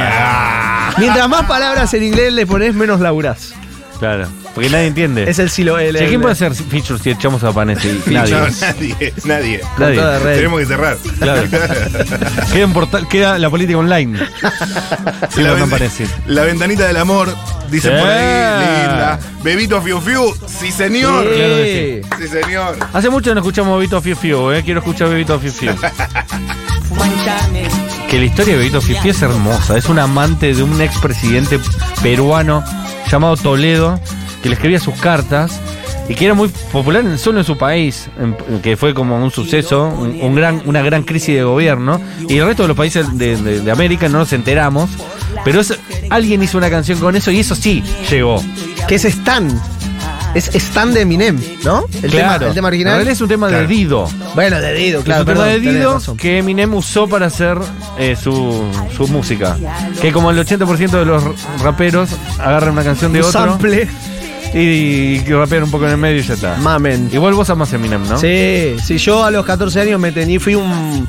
Ah,
Mientras más palabras en inglés le pones, menos laburás.
Claro. Porque nadie entiende.
Es el silo. El,
Che,
el-
¿Quién puede hacer features si echamos a Panesi?
[LAUGHS]
Nadie.
no, nadie, nadie.
con
Nadie.
toda Rey.
Tenemos que cerrar. [LAUGHS]
[LAUGHS]
Claro. Queda, en portal- queda la política online. Sí,
la,
Hernán
ven-
Panesi.
la ventanita del amor, dice por ahí,
Eh.
linda. Bebito Fiu Fiu, sí señor.
Sí.
Claro que
Sí señor.
Hace mucho que no escuchamos Bebito Fiu Fiu, eh. Quiero escuchar Bebito Fiu Fiu.
cuéntame.
Que la historia de Bebito Fiu Fiu es hermosa. Es un amante de un expresidente peruano llamado Toledo que le escribía sus cartas y que era muy popular en- solo en su país, en- en que fue como un suceso, un, un gran, una gran crisis de gobierno. Y el resto de los países de, de- de América no nos enteramos. Pero es- alguien hizo una canción con eso y eso sí llegó.
Que es Stan. Es Stan de Eminem, ¿no? El, tema, el tema
En
original.
realidad es un tema
Claro.
de Dido.
Bueno, de
Claro,
Dido,
es
claro.
un tema
perdón,
de
tenés
Dido
razón.
que Eminem usó para hacer eh, su, su música. Que como el 80% de los raperos agarran una canción de
Un
otro
sample.
y, y rapean un poco en el medio y ya está.
Mamen.
Igual vos amás Eminem, ¿no?
Sí, sí, yo a los 14 años me tení, fui un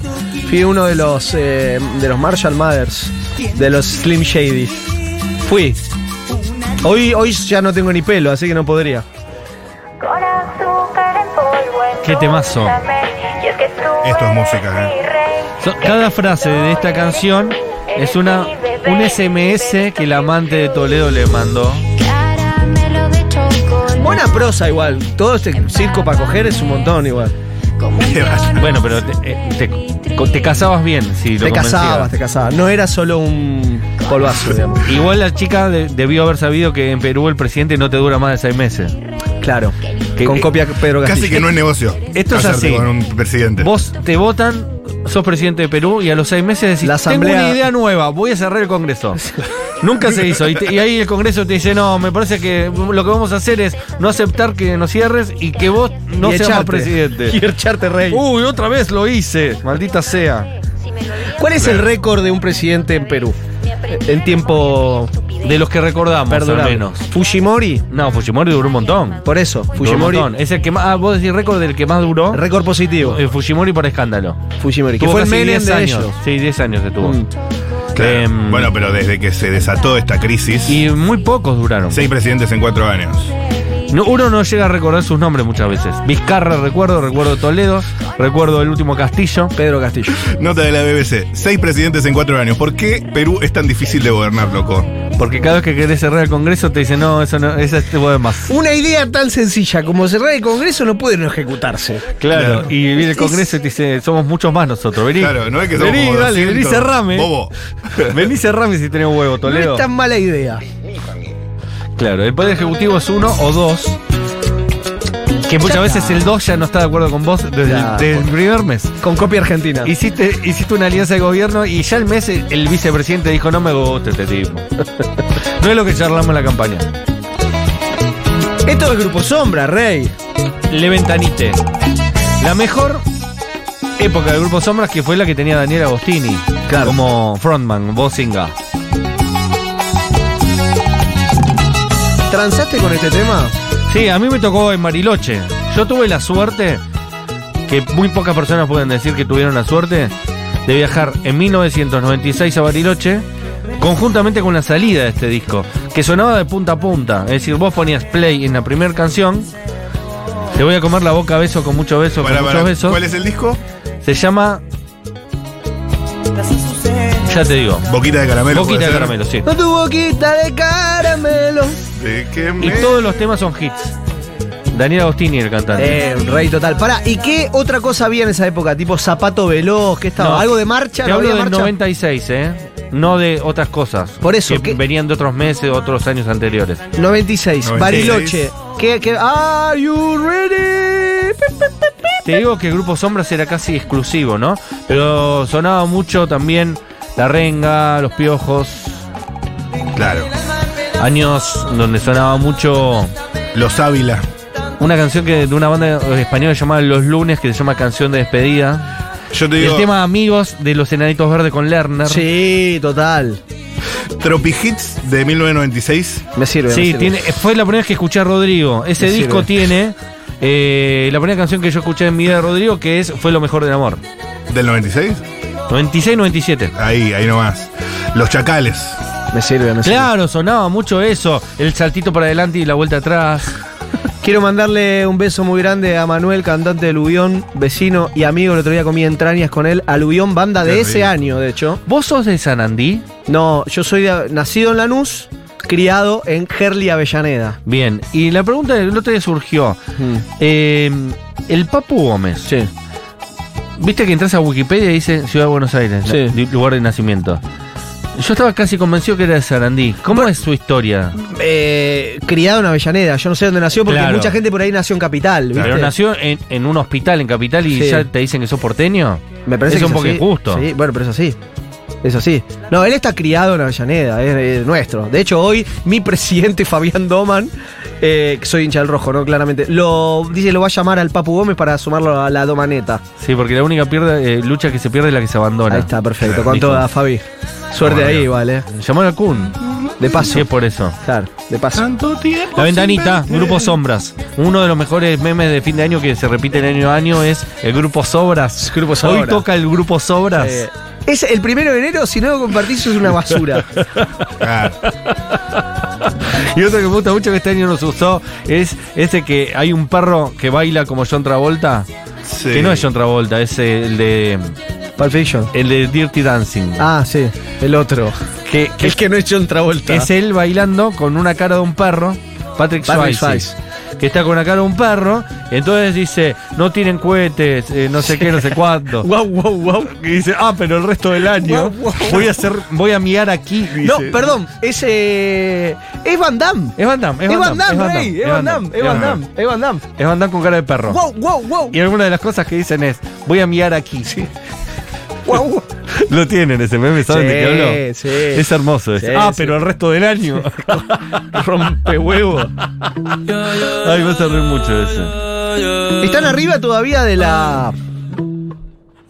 fui uno de los eh, de los Marshall Mothers, de los Slim Shady. Fui. Hoy hoy ya no tengo ni pelo, así que no podría.
Con azúcar en polvo
Qué temazo.
endulzame, y es que tú
Esto es
eres
música, ¿eh?
mi rey.
So- cada frase de esta canción es una un SMS que el amante de Toledo le mandó.
Caramelo de chocolate.
Buena prosa igual. Todo este circo para coger es un montón igual.
Como un
Qué bárbaro.
violín
Bueno, pero te, eh, te- co- te casabas bien, si lo
Te
convencías.
casabas, te casabas. No era solo un polvazo, digamos.
Igual la chica de- debió haber sabido que en Perú el presidente no te dura más de seis meses.
Claro.
Que-
Con
que-
copia Pedro Castillo.
Casi que no es negocio.
Esto es
casarte
así.
con un presidente.
Vos te votan, sos presidente de Perú y a los seis meses decís,
La asamblea-
tengo una idea nueva, voy a cerrar el
[LAUGHS]
Congreso. Nunca se hizo. Y, te- y ahí el Congreso te dice, no, me parece que lo que vamos a hacer es no aceptar que nos cierres y que vos no
Y
seas más
echarte. [LAUGHS] Y
presidente. Uh,
echarte rey.
Uy, otra vez lo hice, maldita sea.
¿Cuál es el récord de un presidente en Perú? En tiempo
de los que recordamos, al
Perdurable.
menos.
Fujimori,
No, Fujimori duró un montón.
por eso,
Duró un
Fujimori,
montón. Es el que más, ah, vos decís récord del que más duró.
récord positivo.
eh, Fujimori por escándalo.
Fujimori, que
Tuvo
fue el
casi
Menem
10
de
años.
ellos.
Sí, 10 años que tuvo.
Mm.
Claro.
Em,
bueno, pero desde que se desató esta crisis,
Y muy pocos duraron.
seis presidentes en cuatro años.
No, uno no llega a recordar sus nombres muchas veces. Vizcarra recuerdo, recuerdo Toledo, recuerdo el último Castillo.
Pedro Castillo.
Nota de la BBC: seis presidentes en cuatro años. ¿Por qué Perú es tan difícil de gobernar, loco?
Porque cada vez que querés cerrar el Congreso te dicen, no, eso no, esa es tipo de más.
Una idea tan sencilla como cerrar el Congreso no puede no ejecutarse.
Claro. Y viene el Congreso y te dice, somos muchos más nosotros, vení.
Claro, no es que somos
Vení,
como
dale, vení
200.
cerrame.
Bobo.
Vení cerrame si tenés huevo,
No
Toledo.
es tan mala idea.
Claro, el poder ejecutivo es uno o dos. Que muchas veces el dos ya no está de acuerdo con vos desde, el-
Ya,
desde el primer mes.
Con copia argentina.
Hiciste, hiciste una alianza de gobierno y ya el mes el, el vicepresidente dijo no me vote este tipo. [LAUGHS] no es lo que charlamos en la campaña.
Esto es Grupo Sombra, Rey.
Le Ventanite. La mejor época del Grupo Sombras que fue la que tenía Daniel Agostini. Como frontman, vozinga.
¿Transaste con este tema?
Sí, a mí me tocó en Mariloche. Yo tuve la suerte, que muy pocas personas pueden decir que tuvieron la suerte, de viajar en 1996 a Bariloche, conjuntamente con la salida de este disco, que sonaba de punta a punta. Es decir, vos ponías play en la primera canción. Te voy a comer la boca a beso con mucho beso,
Pará,
con
pará.
muchos besos.
¿Cuál es el disco?
Se llama. Ya te digo.
Boquita de caramelo.
Boquita
puede
de
ser.
caramelo, sí.
No tu boquita de caramelo.
De que
Y
me-
todos los temas son hits. Daniel Agostini, el cantante.
Eh, rey total. Pará, ¿y qué otra cosa había en esa época? Tipo zapato veloz, ¿qué estaba?
No,
¿Algo de marcha?
Te
¿No
hablo
había
del
marcha?
96, ¿eh? No de otras cosas.
Por eso,
Que
¿qué?
venían de otros meses, otros años anteriores.
96,
96.
Bariloche. ¿Qué, qué? ¿Are you ready? Pip, pip, pip.
Te digo que Grupo Sombras era casi exclusivo, ¿no? Pero sonaba mucho también La Renga, Los Piojos.
Claro.
Años donde sonaba mucho
Los Ávila.
una canción que de una banda española llamada Los Lunes, que se llama Canción de Despedida.
Yo te digo,
el tema Amigos de los Enanitos Verdes con Lerner.
Sí, total.
Tropihits de 1996.
Me sirve. me
Sí,
sirve.
tiene, fue la primera vez que escuché a Rodrigo. Ese
Me
disco
sirve.
tiene eh, la primera canción que yo escuché en mi vida de Rodrigo, que es Fue lo mejor del amor.
¿Del 96?
96-97.
Ahí, ahí nomás. Los Chacales.
Me sirve, me sirve.
Claro, sonaba mucho eso, el saltito para adelante y la vuelta atrás.
Quiero mandarle un beso muy grande a Manuel, cantante de Aluvión, vecino y amigo. El otro día comí entrañas con él. Aluvión, banda de
Qué
ese
rico.
año, de hecho.
¿Vos sos de Sanandí?
No, yo soy de- nacido en Lanús, criado en Gerli Avellaneda.
Bien, y la pregunta del otro día surgió. Eh, el Papu Gómez.
Sí.
Viste que entras a Wikipedia y dice Ciudad de Buenos Aires,
Sí.
na- lugar de nacimiento. Yo estaba casi convencido que era de Sarandí. ¿Cómo es su historia?
Eh, criado en Avellaneda. Yo no sé dónde nació porque
Claro.
mucha gente por ahí nació en Capital. ¿viste?
Pero nació en, en un hospital en Capital y
Sí.
ya te dicen que sos porteño.
Me parece
es
que
un poco
así.
injusto.
Sí, bueno, pero es así. Es así. No, él está criado en Avellaneda, es, es nuestro. De hecho, hoy mi presidente [LAUGHS] Fabián Doman, eh, que soy hincha del rojo, ¿no? Claramente, lo dice lo va a llamar al Papu Gómez para sumarlo a la Domaneta.
Sí, porque la única pierda, eh, lucha que se pierde es la que se abandona.
Ahí está, perfecto. Con
Listo.
toda, Fabi. Suerte
Bueno.
ahí, vale.
Llamar a Kun.
De paso.
Sí, es por eso.
Claro, de paso.
Tanto tiempo.
La ventanita, Grupo Sombras. Uno de los mejores memes de fin de año que se repiten año a año es el Grupo Sobras.
Grupo Sobras.
Hoy toca el Grupo Sobras.
Eh, es el primero de enero, si no lo compartís, es
[LAUGHS]
una basura.
Y otro que me gusta mucho que este año nos usó es este que hay un perro que baila como John Travolta. Que no es John Travolta, es eh, el de,
Pulp Fiction.
el de Dirty Dancing.
Ah, sí, el otro.
que, que
El que no es John Travolta.
es él bailando con una cara de un perro, Patrick,
Patrick
Swayze,
Swayze.
que está con una cara de un perro, entonces dice, no tienen cohetes, eh, no sé qué, no sé [LAUGHS] cuánto.
Wow, wow, wow.
Y dice, ah, pero el resto del año
Guau, guau, guau.
voy a hacer, voy a mirar aquí.
No, perdón, es. eh, es Van Damme.
Es Van Damme,
Es Van Damme, Rey. Es Van Damme, es Van
Damme.
Damme, es Van Damme.
Es Van Damme con cara de perro.
Wow, wow, wow.
Y alguna de las cosas que dicen es, voy a mirar aquí.
wow, wow.
[LAUGHS] Lo tienen ese meme, ¿saben de qué hablo?
Sí, sí.
Es hermoso. ese.
Sí,
ah,
sí.
pero el resto del año. [LAUGHS] Rompe [LAUGHS] huevo. Ay, vas a reír mucho de eso.
Están arriba todavía de la.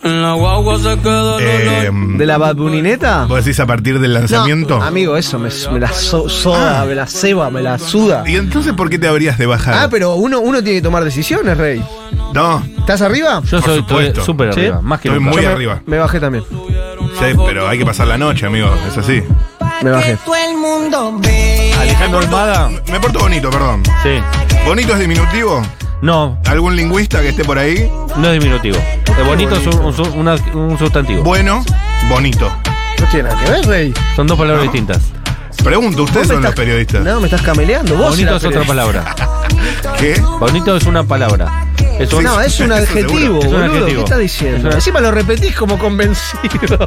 En la guagua se quedó
Eh,
¿De la Bad Bunny neta?
¿Vos decís a partir del lanzamiento?
No, amigo, eso me, me la so- soda, me la ceba, me la suda.
¿Y entonces por qué te habrías de bajar?
Ah, pero uno, uno tiene que tomar decisiones, Rey.
No,
¿Estás arriba?
Yo
Por
soy
supuesto.
todavía súper
Sí.
arriba, más que
Estoy
nunca.
muy
Yo me-
arriba.
Me bajé también.
Sí, pero hay que pasar la noche, amigo. Es así.
Me bajé.
Alejandro Almada.
Me porto bonito, perdón.
Sí.
¿Bonito es diminutivo?
No,
¿Algún lingüista que esté por ahí?
no es diminutivo. Es bonito es un, un su- una- un sustantivo.
Bueno, bonito.
No tiene nada que ver, Rey.
Son dos palabras distintas.
Pregunto, ustedes
Vos me
son los
estás-
periodistas.
No, me estás cameleando. Vos
Bonito
eras
es otra
periodista.
palabra.
¿Qué?
Bonito es una palabra. Es
Sí,
una,
No, es un
Eso
adjetivo,
seguro.
Es un
boludo. ¿Qué
adjetivo.
estás diciendo?
Es una-
Encima lo repetís como convencido.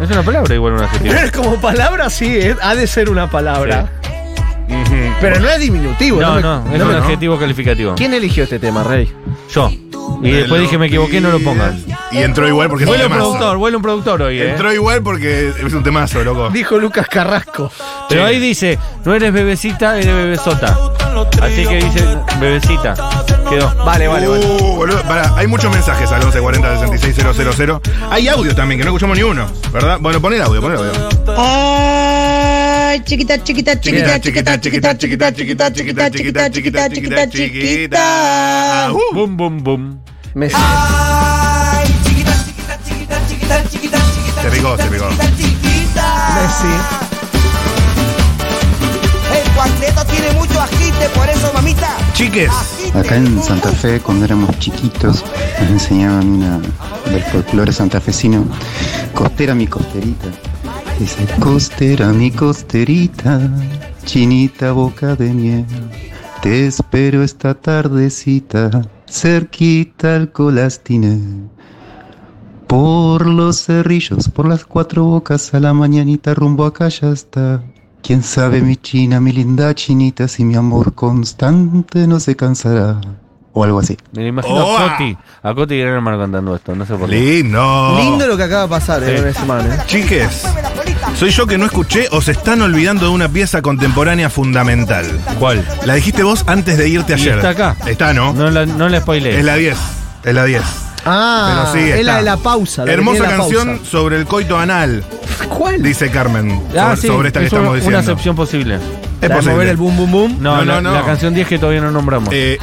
es una palabra igual un adjetivo.
Pero es como palabra, sí, es- ha de ser una palabra. Pero no es diminutivo.
No,
me-
no, es
no
un
me-
adjetivo calificativo.
¿Quién eligió este tema, Rey?
Yo. Y después dije, me equivoqué, no lo pongan.
Y entró igual porque es un
Huele un
temazo.
productor, huele un productor hoy, eh.
Entró igual porque es un temazo, loco.
Dijo Lucas Carrasco.
Pero ahí dice, no eres bebecita, eres bebesota. Así que dice, bebecita. Quedó.
Vale,
Uh, boludo, pará, hay muchos mensajes al 1140 66 Hay audio también, que no escuchamos ni uno, ¿verdad? Bueno, pon el audio, pon el audio.
Ay, chiquita, chiquita, chiquita, chiquita, chiquita, chiquita, chiquita, chiquita, chiquita, chiquita, chiquita,
Ah,
chiquita.
Uh,
Bum, bum, bum.
Me-
se picó, se picó.
Messi.
El cuarteto tiene mucho agite, por eso, mamita.
Chiques,
Acá en Santa Fe, cuando éramos chiquitos, nos enseñaban una del folclore santafesino, costera mi costerita. Dice, costera mi costerita, chinita boca de miel, te espero esta tardecita, cerquita al colastine. Por los cerrillos, por las cuatro bocas, a la mañanita rumbo acá ya está. Quién sabe mi china, mi linda chinita, si mi amor constante no se cansará. O algo así.
Me lo imagino
Oa.
a Coti. A Coti y Gran Hermano cantando esto, no sé por qué.
lindo.
Lindo lo que acaba de pasar eh,
Sí.
con ese man, eh.
Chiques, soy yo que no escuché o se están olvidando de una pieza contemporánea fundamental.
¿Cuál?
La dijiste vos antes de irte ayer.
está acá.
Está, ¿no?
No la, no la spoileé.
Es la 10. Es la 10.
Ah,
Pero sí,
es
está.
la de la pausa. la que
Hermosa
tiene la
canción
pausa.
sobre el coito anal,
¿Cuál?
dice Carmen.
Ah,
sobre,
sí,
sobre esta que
es una-
estamos
Una
diciendo.
excepción posible.
Es
La de
posible.
mover el boom, boom, boom.
No,
No,
la,
no, no.
la canción 10 que todavía no nombramos.
Eh,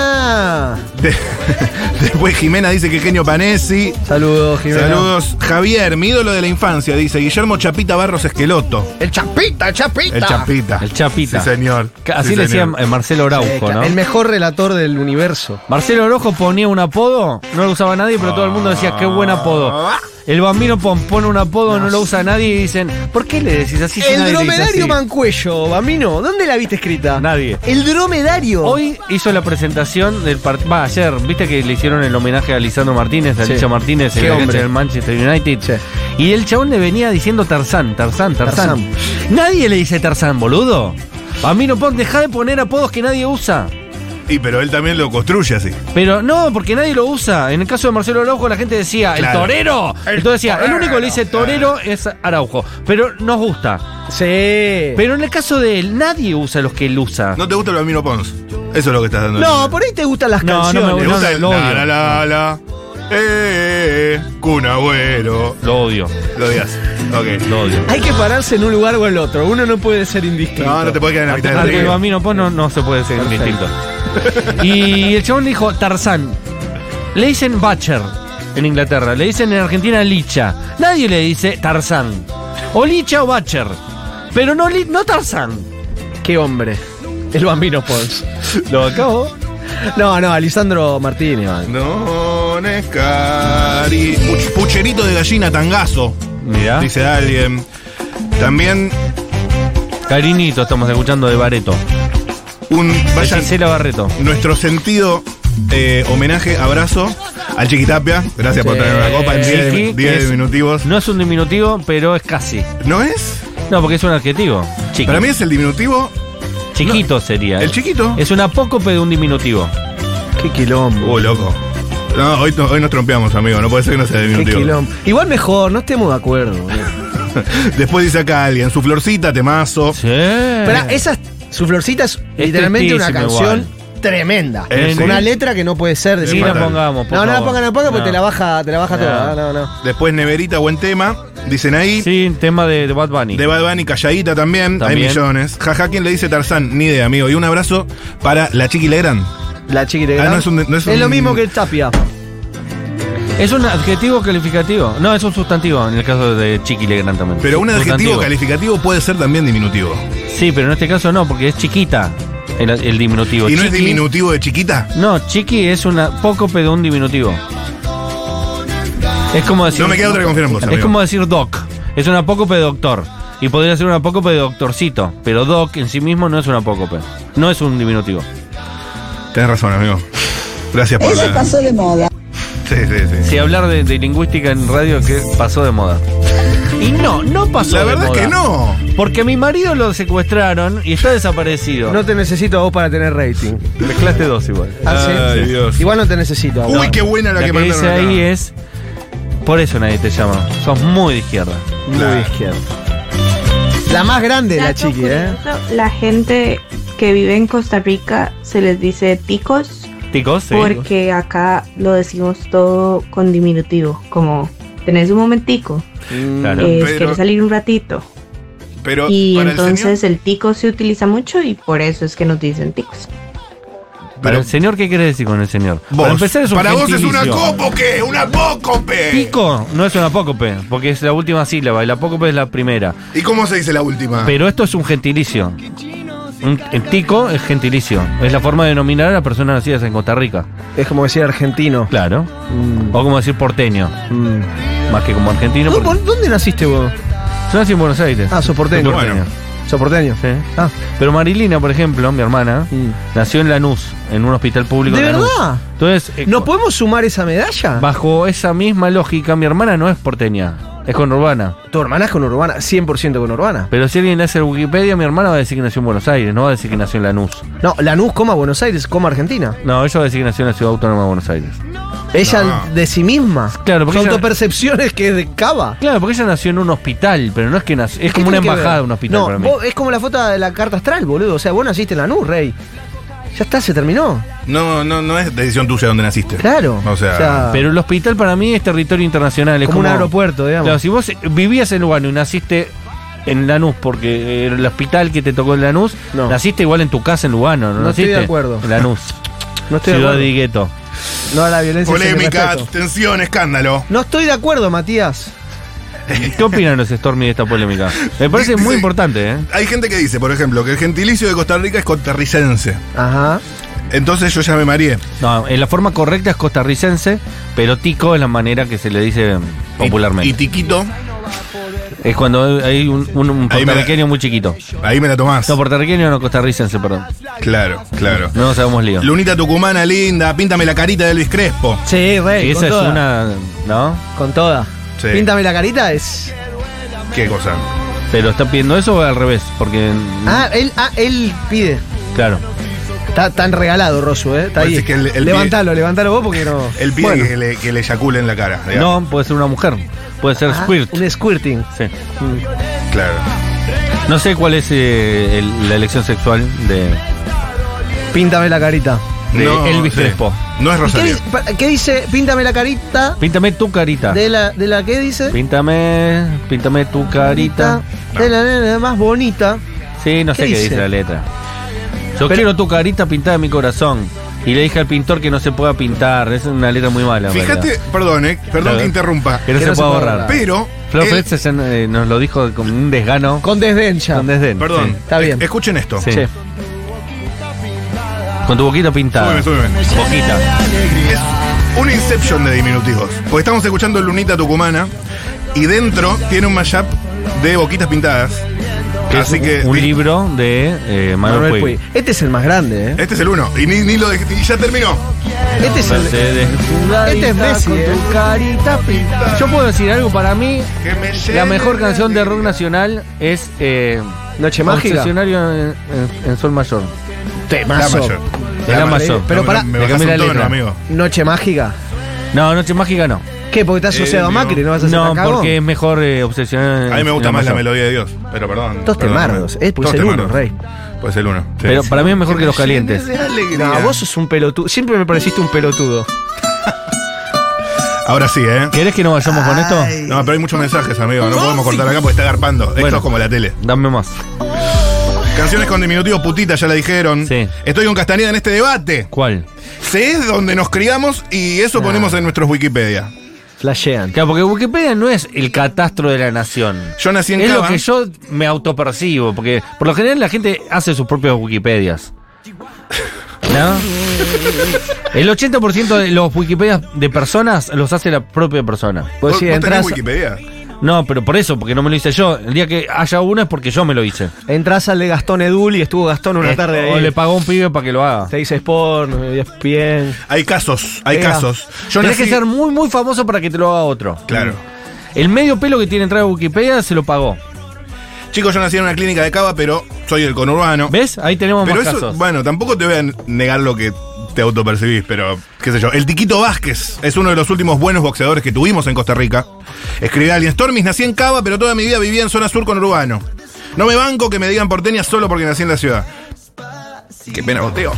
Ah,
de- [LAUGHS] después Jimena dice que genio Panesi.
saludos, Jimena.
Saludos. Javier, mi ídolo de la infancia, dice Guillermo Chapita Barros Esqueloto.
El Chapita, el Chapita.
El Chapita.
El Chapita.
Sí, señor.
Ca- Así
Sí,
le decía
señor.
eh, Marcelo
Eh,
Araujo,
claro,
¿no?
El mejor relator del universo.
Marcelo Araujo ponía un apodo, no lo usaba nadie, pero todo el mundo decía, qué buen apodo.
Ah.
El bambino pon- pone un apodo, no lo usa nadie y dicen, ¿por qué le decís así? si
el
nadie le dice
dromedario
así?".
Mancuello, Bambino, ¿dónde la viste escrita?
Nadie.
El dromedario.
Hoy hizo la presentación del partido. Va, ayer, viste que le hicieron el homenaje a Lisandro Martínez, a
Sí.
Licha Martínez,
Qué
el
hombre.
del Manchester United.
Sí.
Y el chabón le venía diciendo Tarzán, Tarzán, Tarzán.
Tarzán.
Nadie le dice Tarzán, boludo. A mí no pon, deja de poner apodos que nadie usa.
Y pero él también lo construye así.
Pero no, porque nadie lo usa. En el caso de Marcelo Araujo, la gente decía, el
Claro.
torero. Entonces decía, el único que le dice torero es Araujo. Pero nos gusta.
Sí.
Pero en el caso de él, nadie usa los que él usa.
¿No te gusta el Bambino Pons? Eso es lo que estás dando.
no, por ahí te gustan las
No, no me
canciones.
¿Te
no,
gusta
no,
el
lo odio.
la, la, la, la? Eh, eh, eh, Kun Agüero.
Lo odio,
Lo digas. Ok.
lo odio.
Hay que pararse en un lugar o en otro. Uno no puede ser indistinto.
No, no te puedes quedar en la mitad
Al
del
que
río.
bambino pues no, no se puede ser distinto.
[LAUGHS]
Y el chabón dijo Tarzán. Le dicen Butcher en Inglaterra, le dicen en Argentina Licha. Nadie le dice Tarzán. O Licha o Butcher. Pero no, Li- no Tarzán.
Qué hombre. El Bambino Pons.
Lo acabo.
No, no, Alisandro Martínez. man.
No, Nescari. Puch- Pucherito de gallina tangazo,
Mirá.
dice alguien. También
Carinito estamos escuchando de Bareto.
un.
De
Vayan,
Gisela Barreto.
nuestro sentido eh, homenaje, abrazo al Chiquitapia. Gracias por
Sí.
traer una copa en
Chiqui,
10
que es-
diminutivos.
No es un diminutivo, pero es casi.
¿No es?
No, porque es un adjetivo. Chiqui.
Para mí es el diminutivo,
Chiquito sería.
el chiquito.
Es un apócope de un diminutivo.
Qué quilombo.
Uh, loco. No, hoy, no- hoy nos trompeamos, amigo. No puede ser que no sea
Qué
diminutivo.
quilombo. Igual mejor, no estemos de acuerdo.
[LAUGHS]
boludo.
Después dice acá alguien, su florcita, temazo.
Sí.
Pará, esas, su florcita es literalmente una
tristísimo
canción
igual.
tremenda.
Eh,
con
sí.
una letra que no puede ser de
Sí,
Simón.
la
pongamos, por
No, no la
favor.
pongan, no la pongan porque
No.
te la baja, te la baja
No.
toda. No, no, no.
Después Neverita, buen tema. Dicen ahí.
Sí, tema de, de Bad Bunny.
De Bad Bunny, calladita también. Hay
También.
millones. Jaja, ¿quién le dice Tarzán? Ni idea, amigo. Y un abrazo para la Chiqui Legrand.
La chiquita que
Ah,
da-
no es un- no es
lo
un-
mismo que el Tapia.
Es un adjetivo calificativo. No, es un sustantivo en el caso de Chiqui Legrand también.
Pero un adjetivo
Sustantivo.
calificativo puede ser también diminutivo.
Sí, pero en este caso no, porque es chiquita el, el diminutivo.
¿Y no es
Chiqui-
diminutivo de chiquita?
No, chiqui es una poco pero un diminutivo. Es como decir.
No me queda otra que confiar en vos,
Es
amigo.
como decir doc. Es un apócope doctor. Y podría ser un apócope de doctorcito. Pero doc en sí mismo no es un apócope. No es un diminutivo.
Tenés razón, amigo. Gracias por la...
de moda.
Sí, sí, sí.
Si hablar de, de lingüística en radio que pasó de moda. Y no, no pasó
La
de
verdad es
moda.
que no.
Porque a mi marido lo secuestraron y está desaparecido.
No te necesito a vos para tener rating.
mezclaste dos igual.
Ah, sí.
Ay, Dios.
Igual no te necesito a vos.
Uy, qué buena la,
La que,
que mandaron
dice ahí
acá.
es. Por eso nadie te llama. Sos muy de izquierda.
Muy
Claro.
izquierda. La más grande, la chiqui, ¿eh?
La gente que vive en Costa Rica se les dice ticos
Ticos, sí.
porque acá lo decimos todo con diminutivo, como tenés un momentico,
Claro.
eh,
pero-
quieres salir un ratito.
Pero
Y
para el
entonces
señor,
el, tico se utiliza mucho y por eso es que nos dicen ticos.
¿Para
pero
el señor qué querés decir con el señor?
vos,
para empezar es un
para vos es una
gentilicio.
copo, ¿qué? ¡Una apócope!
Tico no es un apócope, porque es la última sílaba y la apócope es la primera.
¿Y cómo se dice la última?
Pero esto es un gentilicio. Un, el tico es gentilicio. Es la forma de denominar a las personas nacidas en Costa Rica.
Es como decir argentino.
Claro.
Mm,
O como decir porteño.
mm.
Más que como argentino.
¿Vos-
porque-
vos ¿Dónde naciste vos?
Yo nací en Buenos Aires.
Ah, sos porteño.
Soy porteño,
Bueno.
¿Sos porteño?
sí.
Ah.
Pero Marilina, por ejemplo, mi hermana,
Mm.
nació en Lanús, en un hospital público.
¿De
en Lanús.
verdad?
Entonces, eh,
¿No podemos sumar esa medalla?
bajo esa misma lógica, mi hermana no es porteña, es conurbana.
Tu hermana es con Urbana, 100% con Urbana.
Pero si alguien le hace Wikipedia, mi hermana va a decir que nació en Buenos Aires, no va a decir que nació en Lanús.
No, Lanús, coma Buenos Aires, coma Argentina.
No, ella va a decir que nació en la ciudad autónoma de Buenos Aires.
Ella
No.
de sí misma.
Claro, porque
Su
ella-
autopercepción es que es de cava.
Claro, porque ella nació en un hospital, pero no es que nació. Es
¿Qué
como una
tiene que ver?
embajada de un hospital
No,
para mí.
vos- es como la foto de la carta astral, boludo. O sea, vos naciste en Lanús, rey. Ya está, se terminó.
No, no, no es decisión tuya donde naciste.
Claro.
O sea,
Pero el hospital para mí es territorio internacional. Es
Ah. como,
como,
un aeropuerto, digamos.
Claro, si vos vivías en Lugano y naciste en Lanús, porque era el hospital que te tocó en Lanús,
No.
naciste igual en tu casa en Lugano, ¿no?
No estoy de
naciste?
acuerdo.
En Lanús,
no [LAUGHS] estoy de
ciudad
acuerdo.
de gueto.
No a la violencia. sin el
polémica,
respeto.
tensión, escándalo.
No estoy de acuerdo, Matías.
¿Qué opinan los Stormy de esta polémica? Me parece muy
Sí.
importante, ¿eh?
Hay gente que dice, por ejemplo, que el gentilicio de Costa Rica es costarricense.
Ajá.
Entonces yo ya me mareé.
No, en la forma correcta es costarricense, pero tico es la manera que se le dice popularmente.
Y, y Tiquito,
es cuando hay un, un- un
Ahí me la-
puertorriqueño muy chiquito.
ahí me la tomás.
No, puertorriqueño no, costarricense, perdón.
Claro, claro.
No nos hagamos lío.
Lunita tucumana linda, píntame la carita de Luis Crespo.
Sí, rey.
Y
con
esa es
toda.
una. ¿No?
Con toda.
Sí.
Píntame la carita es.
Qué cosa.
¿Pero está pidiendo eso o al revés? Porque.
Ah, él, ah, él pide.
Claro.
Está tan regalado, Rosu, ¿eh? Está
Parece
ahí.
que el- el
levantalo, levantalo vos porque no.
El pide
Bueno.
que, le, que le eyacule en la cara. digamos.
No, puede ser una mujer. Puede ser
Ah,
Squirt.
Un squirting.
Sí.
Claro.
No sé cuál es eh, el- la elección sexual de,
Píntame la carita.
de
No,
Elvis
sí.
Crespo.
No es
¿Y ¿Qué,
Rosario.
dice- pa- qué dice? Píntame la carita.
Píntame tu carita.
De la, de la que dice.
Píntame, píntame tu carita.
De la nena más bonita.
Sí, no sé
¿Qué
qué dice
dice?
la letra. Yo quiero tu carita pintada en mi corazón. Y le dije al pintor que no se pueda pintar. Es una letra muy mala. en
Fíjate,
realidad.
perdón, eh, perdón
Claro.
que interrumpa.
Que no, se, pueda borrar.
Pero.
Flor
él-
Fletcher ya, eh, nos lo dijo con un desgano.
Con desdén ya.
Con desdén.
perdón.
sí.
Está bien.
Eh, Escuchen esto.
Sí. Con tu boquita pintada.
Súbeme, súbeme.
Boquita.
Es una inception de diminutivos. Porque estamos escuchando Lunita Tucumana y dentro tiene un mashup de boquitas pintadas.
Que
Así
es
que.
un
di-
libro de eh, Manuel,
Manuel
Puig.
Puig. Este es el más grande, ¿eh?
Este es el uno. Y ni, ni lo dejé- y ya terminó.
Este es el.
Mercedes.
Este es Messi. ¿eh?
Yo puedo decir algo para mí.
Que me llene
La mejor canción de rock
alegría.
nacional es eh,
Noche mágica.
Obsesionario en, en- en Sol Mayor.
La
Temazo.
mayor.
La mayor.
Pero
No,
pará,
Me
le
bajás
cambié
un
la
tono,
letra.
amigo.
Noche mágica.
No, Noche Mágica no.
¿Qué? Porque te has
Eh,
asociado a
amigo.
Macri, no vas a hacer
No,
acá
porque es mejor eh, obsesionar.
A mí me gusta
en
más la
Mayor.
melodía de Dios. Pero perdón.
Dos
perdón,
temardos.
amigo.
Eh, pues
Dos
el uno,
temardos.
rey.
Porque Puede ser el uno. sí.
Pero para mí es mejor que los calientes.
No, vos sos un pelotudo. Siempre me pareciste un pelotudo.
Ahora sí, ¿eh?
¿Querés que no vayamos con esto?
No, pero hay muchos mensajes, amigo. No podemos cortar acá porque está garpando. Esto
Bueno.
es como la tele.
Dame más.
Canciones con diminutivo putita, ya la dijeron.
Sí.
Estoy con Castañeda en este debate.
¿Cuál?
Se es donde nos criamos y eso ponemos en nuestros Wikipedia.
Flashean.
Claro, porque Wikipedia no es el catastro de la nación.
Yo nací en
Es lo
Cava.
que yo me autopercibo, porque por lo general la gente hace sus propios
[LAUGHS]
Wikipedias. ¿No? El 80% de los Wikipedias de personas los hace la propia persona.
¿Vos,
Vos si
vos tenés
Pues entras,
Wikipedia?
No, pero por eso, porque no me lo hice yo. El día que haya uno es porque yo me lo hice.
entras al de Gastón Edul y estuvo Gastón una
Eh,
tarde
O
ahí.
le pagó un pibe para que lo haga.
Te dice Sporn, ESPN.
Hay casos, hay
Mira,
casos. Yo
Tienes
nací-
que ser muy, muy famoso para que te lo haga otro.
Claro.
El medio pelo que tiene entrada de Wikipedia se lo pagó.
Chicos, yo nací en una clínica de Cava, pero soy el conurbano.
¿Ves? Ahí tenemos
Pero
más
eso,
casos.
bueno, tampoco te voy a negar lo que te autopercibís, pero qué sé yo. El Tiquito Vázquez es uno de los últimos buenos boxeadores que tuvimos en Costa Rica. Escribí a alguien, Stormis, nací en Cava, pero toda mi vida vivía en zona sur con Urbano. No me banco que me digan porteña solo porque nací en la ciudad. Qué pena, boteo.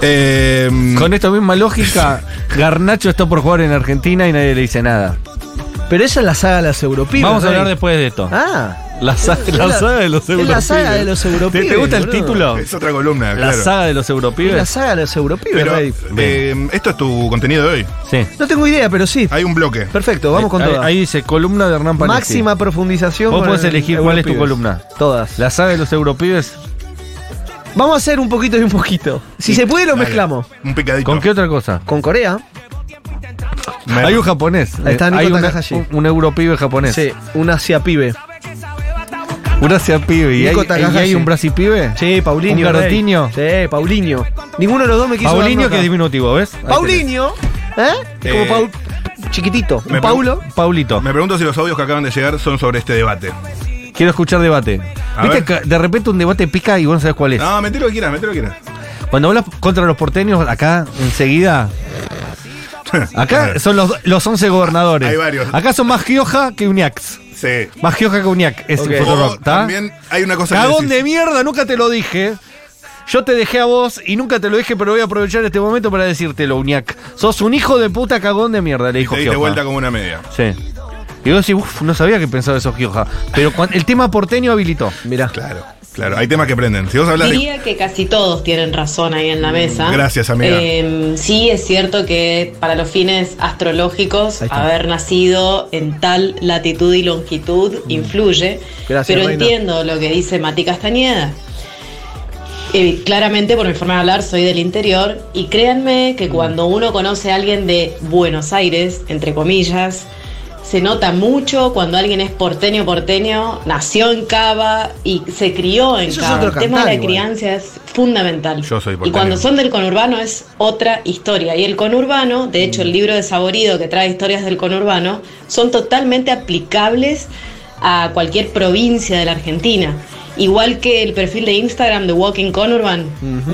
Eh,
Con esta misma lógica, Garnacho está por jugar en Argentina y nadie le dice nada.
Pero esa es la saga de las europeas.
Vamos a hablar después de esto.
Ah.
La, sa- la
la-
saga de los
es
europeos.
la saga de los
¿Te,
europibes,
te gusta el
boludo.
título?
es otra columna,
La
claro.
saga de los
Es la
europeos.
saga de los europeos,
Pero,
Rey.
eh, esto es tu contenido de hoy.
Sí.
No tengo idea, pero sí.
Hay un bloque.
Perfecto, vamos con
ahí,
todas.
ahí dice columna de Hernán Panetti.
Máxima profundización.
Vos
con
podés
el-
elegir cuál es tu
Europibes.
columna.
Todas.
La saga de los europibes.
Vamos a hacer un poquito y un poquito. Si se puede, lo
Dale,
mezclamos.
Un picadito.
¿Con qué otra cosa?
Con Corea.
Me-
Hay un japonés.
Ahí está
Eh,
Nico
Hay una-
Takahashi.
un, un europibe japonés.
Sí, un Asia pibe.
Un Asia pibe. Y hay,
Nico
y hay
Takahashi.
un Brasil pibe.
Sí, Paulinho.
¿Un
Rey.
Garotinho?
Sí, Paulinho. Ninguno de los dos me quiso. dar
Paulinho,
nota.
que es diminutivo, ¿ves? Ahí
Paulinho. ¿Eh?
Eh,
Como Paul. Chiquitito.
me
Un Paulo.
tenés. Paulito.
Me pregunto si los audios que acaban de llegar son sobre este debate.
Quiero escuchar debate.
A
Viste
ver. ¿Ah?
que de repente un debate pica y vos no sabés cuál es.
No, metí lo que quieras, metí lo que quieras.
Cuando hablas contra los porteños, acá enseguida. [LAUGHS]
[LAUGHS]
Acá son los, los 11 gobernadores.
Hay varios.
Acá son más Gioja que Uniax.
Sí.
Más Gioja que Uniac. Es el
O
Fotorock, ¿tá?
también hay una cosa que
Cagón
decís.
de mierda, nunca te lo dije. Yo te dejé a vos y nunca te lo dije, pero voy a aprovechar este momento para decírtelo, Uñac. Sos un hijo de puta cagón de mierda, le dijo
Te diste
Gioja.
vuelta como una media.
Sí. Y vos decís, uff, no sabía que pensaba eso Gioja. Pero cuan- el tema porteño habilitó.
Mirá.
Claro, claro. Hay temas que prenden. Si vos hablas de.
Diría que casi todos tienen razón ahí en la mesa.
Mm, Gracias, amiga.
Eh, sí, es cierto que para los fines astrológicos,
Ahí está.
haber nacido en tal latitud y longitud influye.
Mm. Gracias,
pero
reina.
entiendo lo que dice Mati Castañeda. Eh, claramente, por mi forma de hablar, soy del interior. Y créanme que cuando uno conoce a alguien de Buenos Aires, entre comillas, se nota mucho cuando alguien es porteño porteño, nació en Cava y se crió en
Eso es
Cava.
otro
El tema de la
cantar igual.
crianza es fundamental.
Yo soy
y
porteño.
cuando son del conurbano es otra historia. Y el conurbano, de
Mm.
hecho el libro de Saborido que trae historias del conurbano, son totalmente aplicables a cualquier provincia de la Argentina. Igual que el perfil de Instagram de Walking Conurban.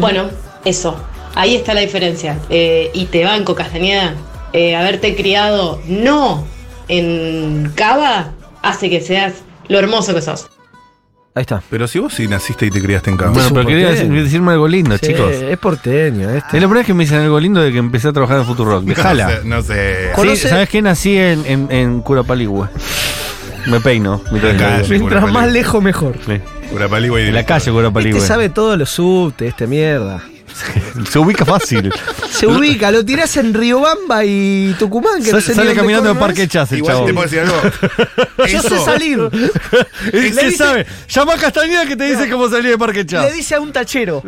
Bueno, eso. Ahí está la diferencia. Eh, y te banco, Castañeda. eh, haberte criado no en Cava hace que seas lo hermoso que sos.
Ahí está.
Pero si vos sí naciste y te criaste en Cava.
Bueno,
un
pero quería
porteño.
decir- decirme algo lindo,
Sí,
chicos.
Es porteño este.
Es la primera vez que me dicen algo lindo de que empecé a trabajar en Futurock. Dejala.
No sé. no sé.
Sí,
Conoce-
¿Sabes qué? Nací en, en, en Curapaligua. Me peino. me peino.
Acá, sí.
Mientras
Curapaligua.
más lejos, mejor.
Sí.
Curapaligua y
En la calle Curapaligua.
Este sabe todos los subtes, este mierda.
Se ubica
[LAUGHS]
fácil.
Se ubica, lo tirás en Riobamba y Tucumán. Que no
Sa-
sé ni
sale
dónde
caminando de
corno
Parque
es.
Chas el
Igual
chavo. [LAUGHS]
te puedo decir algo.
Yo sé
Eso-
salir.
¿Qué
Le dice-
sabe? Llama a Castañeda que te dice cómo salir de Parque
Le
Chas.
dice a un tachero: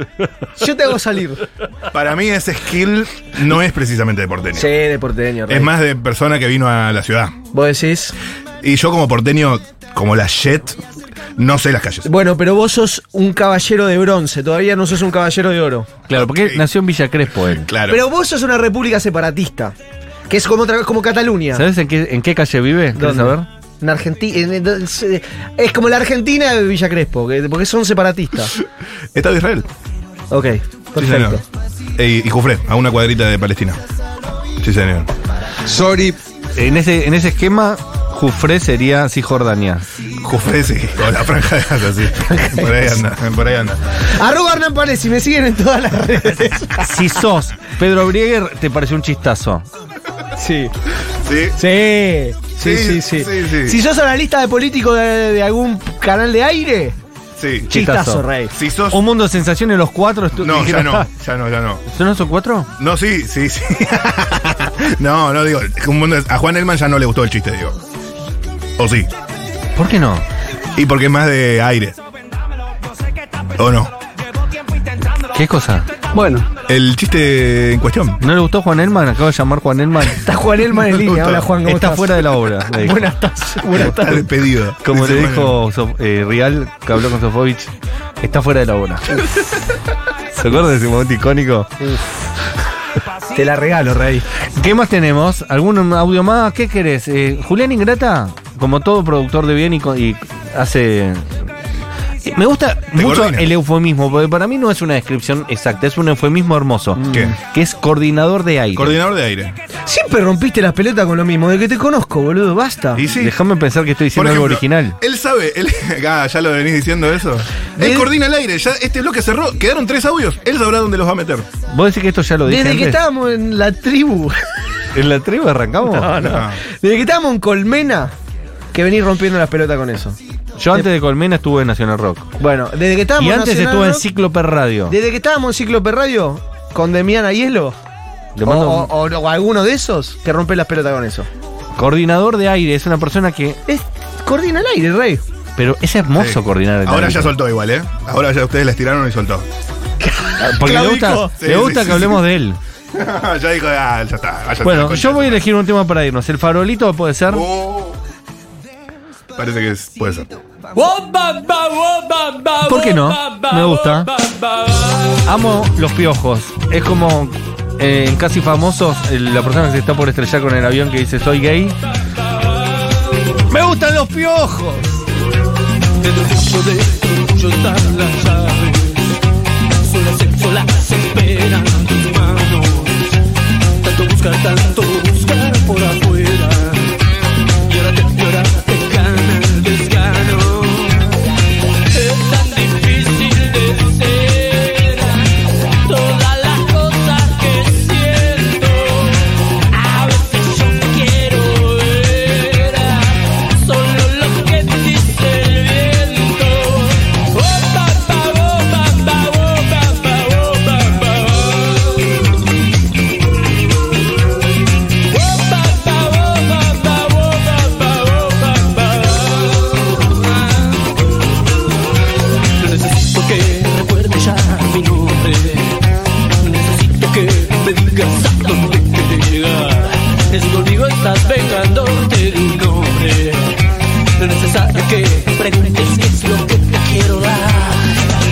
Yo te hago salir.
Para mí ese skill no es precisamente de porteño.
Sí, de porteño.
Es
rey.
más de persona que vino a la ciudad.
Vos decís.
Y yo como porteño, como la Jet, no sé las calles.
Bueno, pero vos sos un caballero de bronce, todavía no sos un caballero de oro.
Claro, porque
Ok.
nació en Villa Crespo él.
Claro.
Pero vos sos una república separatista, que es como otra vez como Cataluña.
¿Sabes en qué, en qué calle vive? ¿Quieres
¿Dónde?
saber?
En Argentina. Es como la Argentina de Villa Crespo, que- porque son [LAUGHS] separatistas.
Estado de Israel.
Ok,
Sí,
perfecto.
señor. Eh, y Jufré, a una cuadrita de Palestina. Sí, señor.
En ese, en ese esquema, Jufré sería [LAUGHS] cisjordania.
Jufré, sí, con la franja de Gaza, sí. Por ahí anda, por ahí anda.
Arroba Hernán Párez y me siguen en todas las redes.
Si sos Pedro Brieger, te pareció un chistazo.
[LAUGHS] Sí.
Sí.
Sí. Sí, sí, sí.
sí, sí.
Si sos analista de político de, de algún canal de aire,
Sí.
chistazo, rey.
Si sos.
Un mundo de sensaciones, los cuatro. estu-
No, ya
dijeron, [LAUGHS]
no, ya no, ya no.
¿Son esos cuatro?
No, sí, sí, sí. [LAUGHS] no, no digo. un mundo de- A Juan Elman ya no le gustó el chiste, digo. O sí.
¿Por qué no?
Y porque es más de aire. ¿O no?
¿Qué cosa?
Bueno,
El chiste en cuestión.
¿No le gustó Juan Elman? Acabo de llamar Juan Elman.
[LAUGHS] está Juan Elman en línea. Hola, Juan, ¿cómo
Está
estás?
fuera de la obra. le dijo.
Buenas tardes. Buenas
Está
tardes.
despedido.
Como
Dice
le
Juan
dijo Sof- eh, Rial, que habló con Sofovich, está fuera de la
[LAUGHS]
obra. ¿Se acuerdan de ese momento icónico?
Te la regalo, rey.
¿Qué más tenemos? ¿Algún audio más? ¿Qué querés? Eh, Julián Ingrata, como todo productor de bien y, co- y hace... eh, Me gusta mucho
coordina.
el eufemismo, porque para mí no es una descripción exacta, es un eufemismo hermoso.
¿Qué?
Que es coordinador de aire.
Elman. Coordinador de aire.
Siempre rompiste las pelotas con lo mismo. De que te conozco, boludo, basta.
Y sí.
Déjame pensar que estoy
Por
diciendo algo
ejemplo,
original.
Él sabe, él, [LAUGHS] Ah, ya lo venís diciendo eso. Él
Desde-
coordina el aire, ya este bloque cerró, quedaron tres audios, él sabrá dónde los va a meter.
¿Vos decís que esto ya lo dije
Desde que
antes?
estábamos en la tribu,
¿En la tribu arrancamos?
Ah,
desde que estábamos en Colmena, que venís rompiendo las pelotas con eso.
Yo antes de Colmena estuve en Nacional Rock.
Bueno, desde que estábamos
Y antes
Nacional
estuve en
Rock-
Cíclope Radio.
Desde que estábamos en Ciclo Radio con Demiana Hielo.
Le
o,
mando un-
o- o- o alguno de esos que rompe las pelotas con eso.
Coordinador de aire, es una persona que.
oh. Es, coordina el aire, rey.
Pero es hermoso
Sí.
coordinar el
Ahora
aire.
ya soltó igual, ¿eh? Ahora ya ustedes la estiraron y soltó.
[LAUGHS] Porque le gusta,
claudico.
le
Sí,
gusta
sí,
que
sí,
hablemos de él.
ya dijo, [LAUGHS] ah, ya está. váyanse a la
Bueno,
concha.
yo voy a elegir un tema para irnos. El farolito puede ser.
Oh. Parece que es- puede ser.
¿Por qué no? Me gusta. Amo los piojos. Es como eh, en casi famosos el- la persona que se está por estrellar con el avión que dice soy gay. ¡Me gustan los piojos!
Necesito que me digas a dónde quieres llegar. Es conmigo estás vengándote de un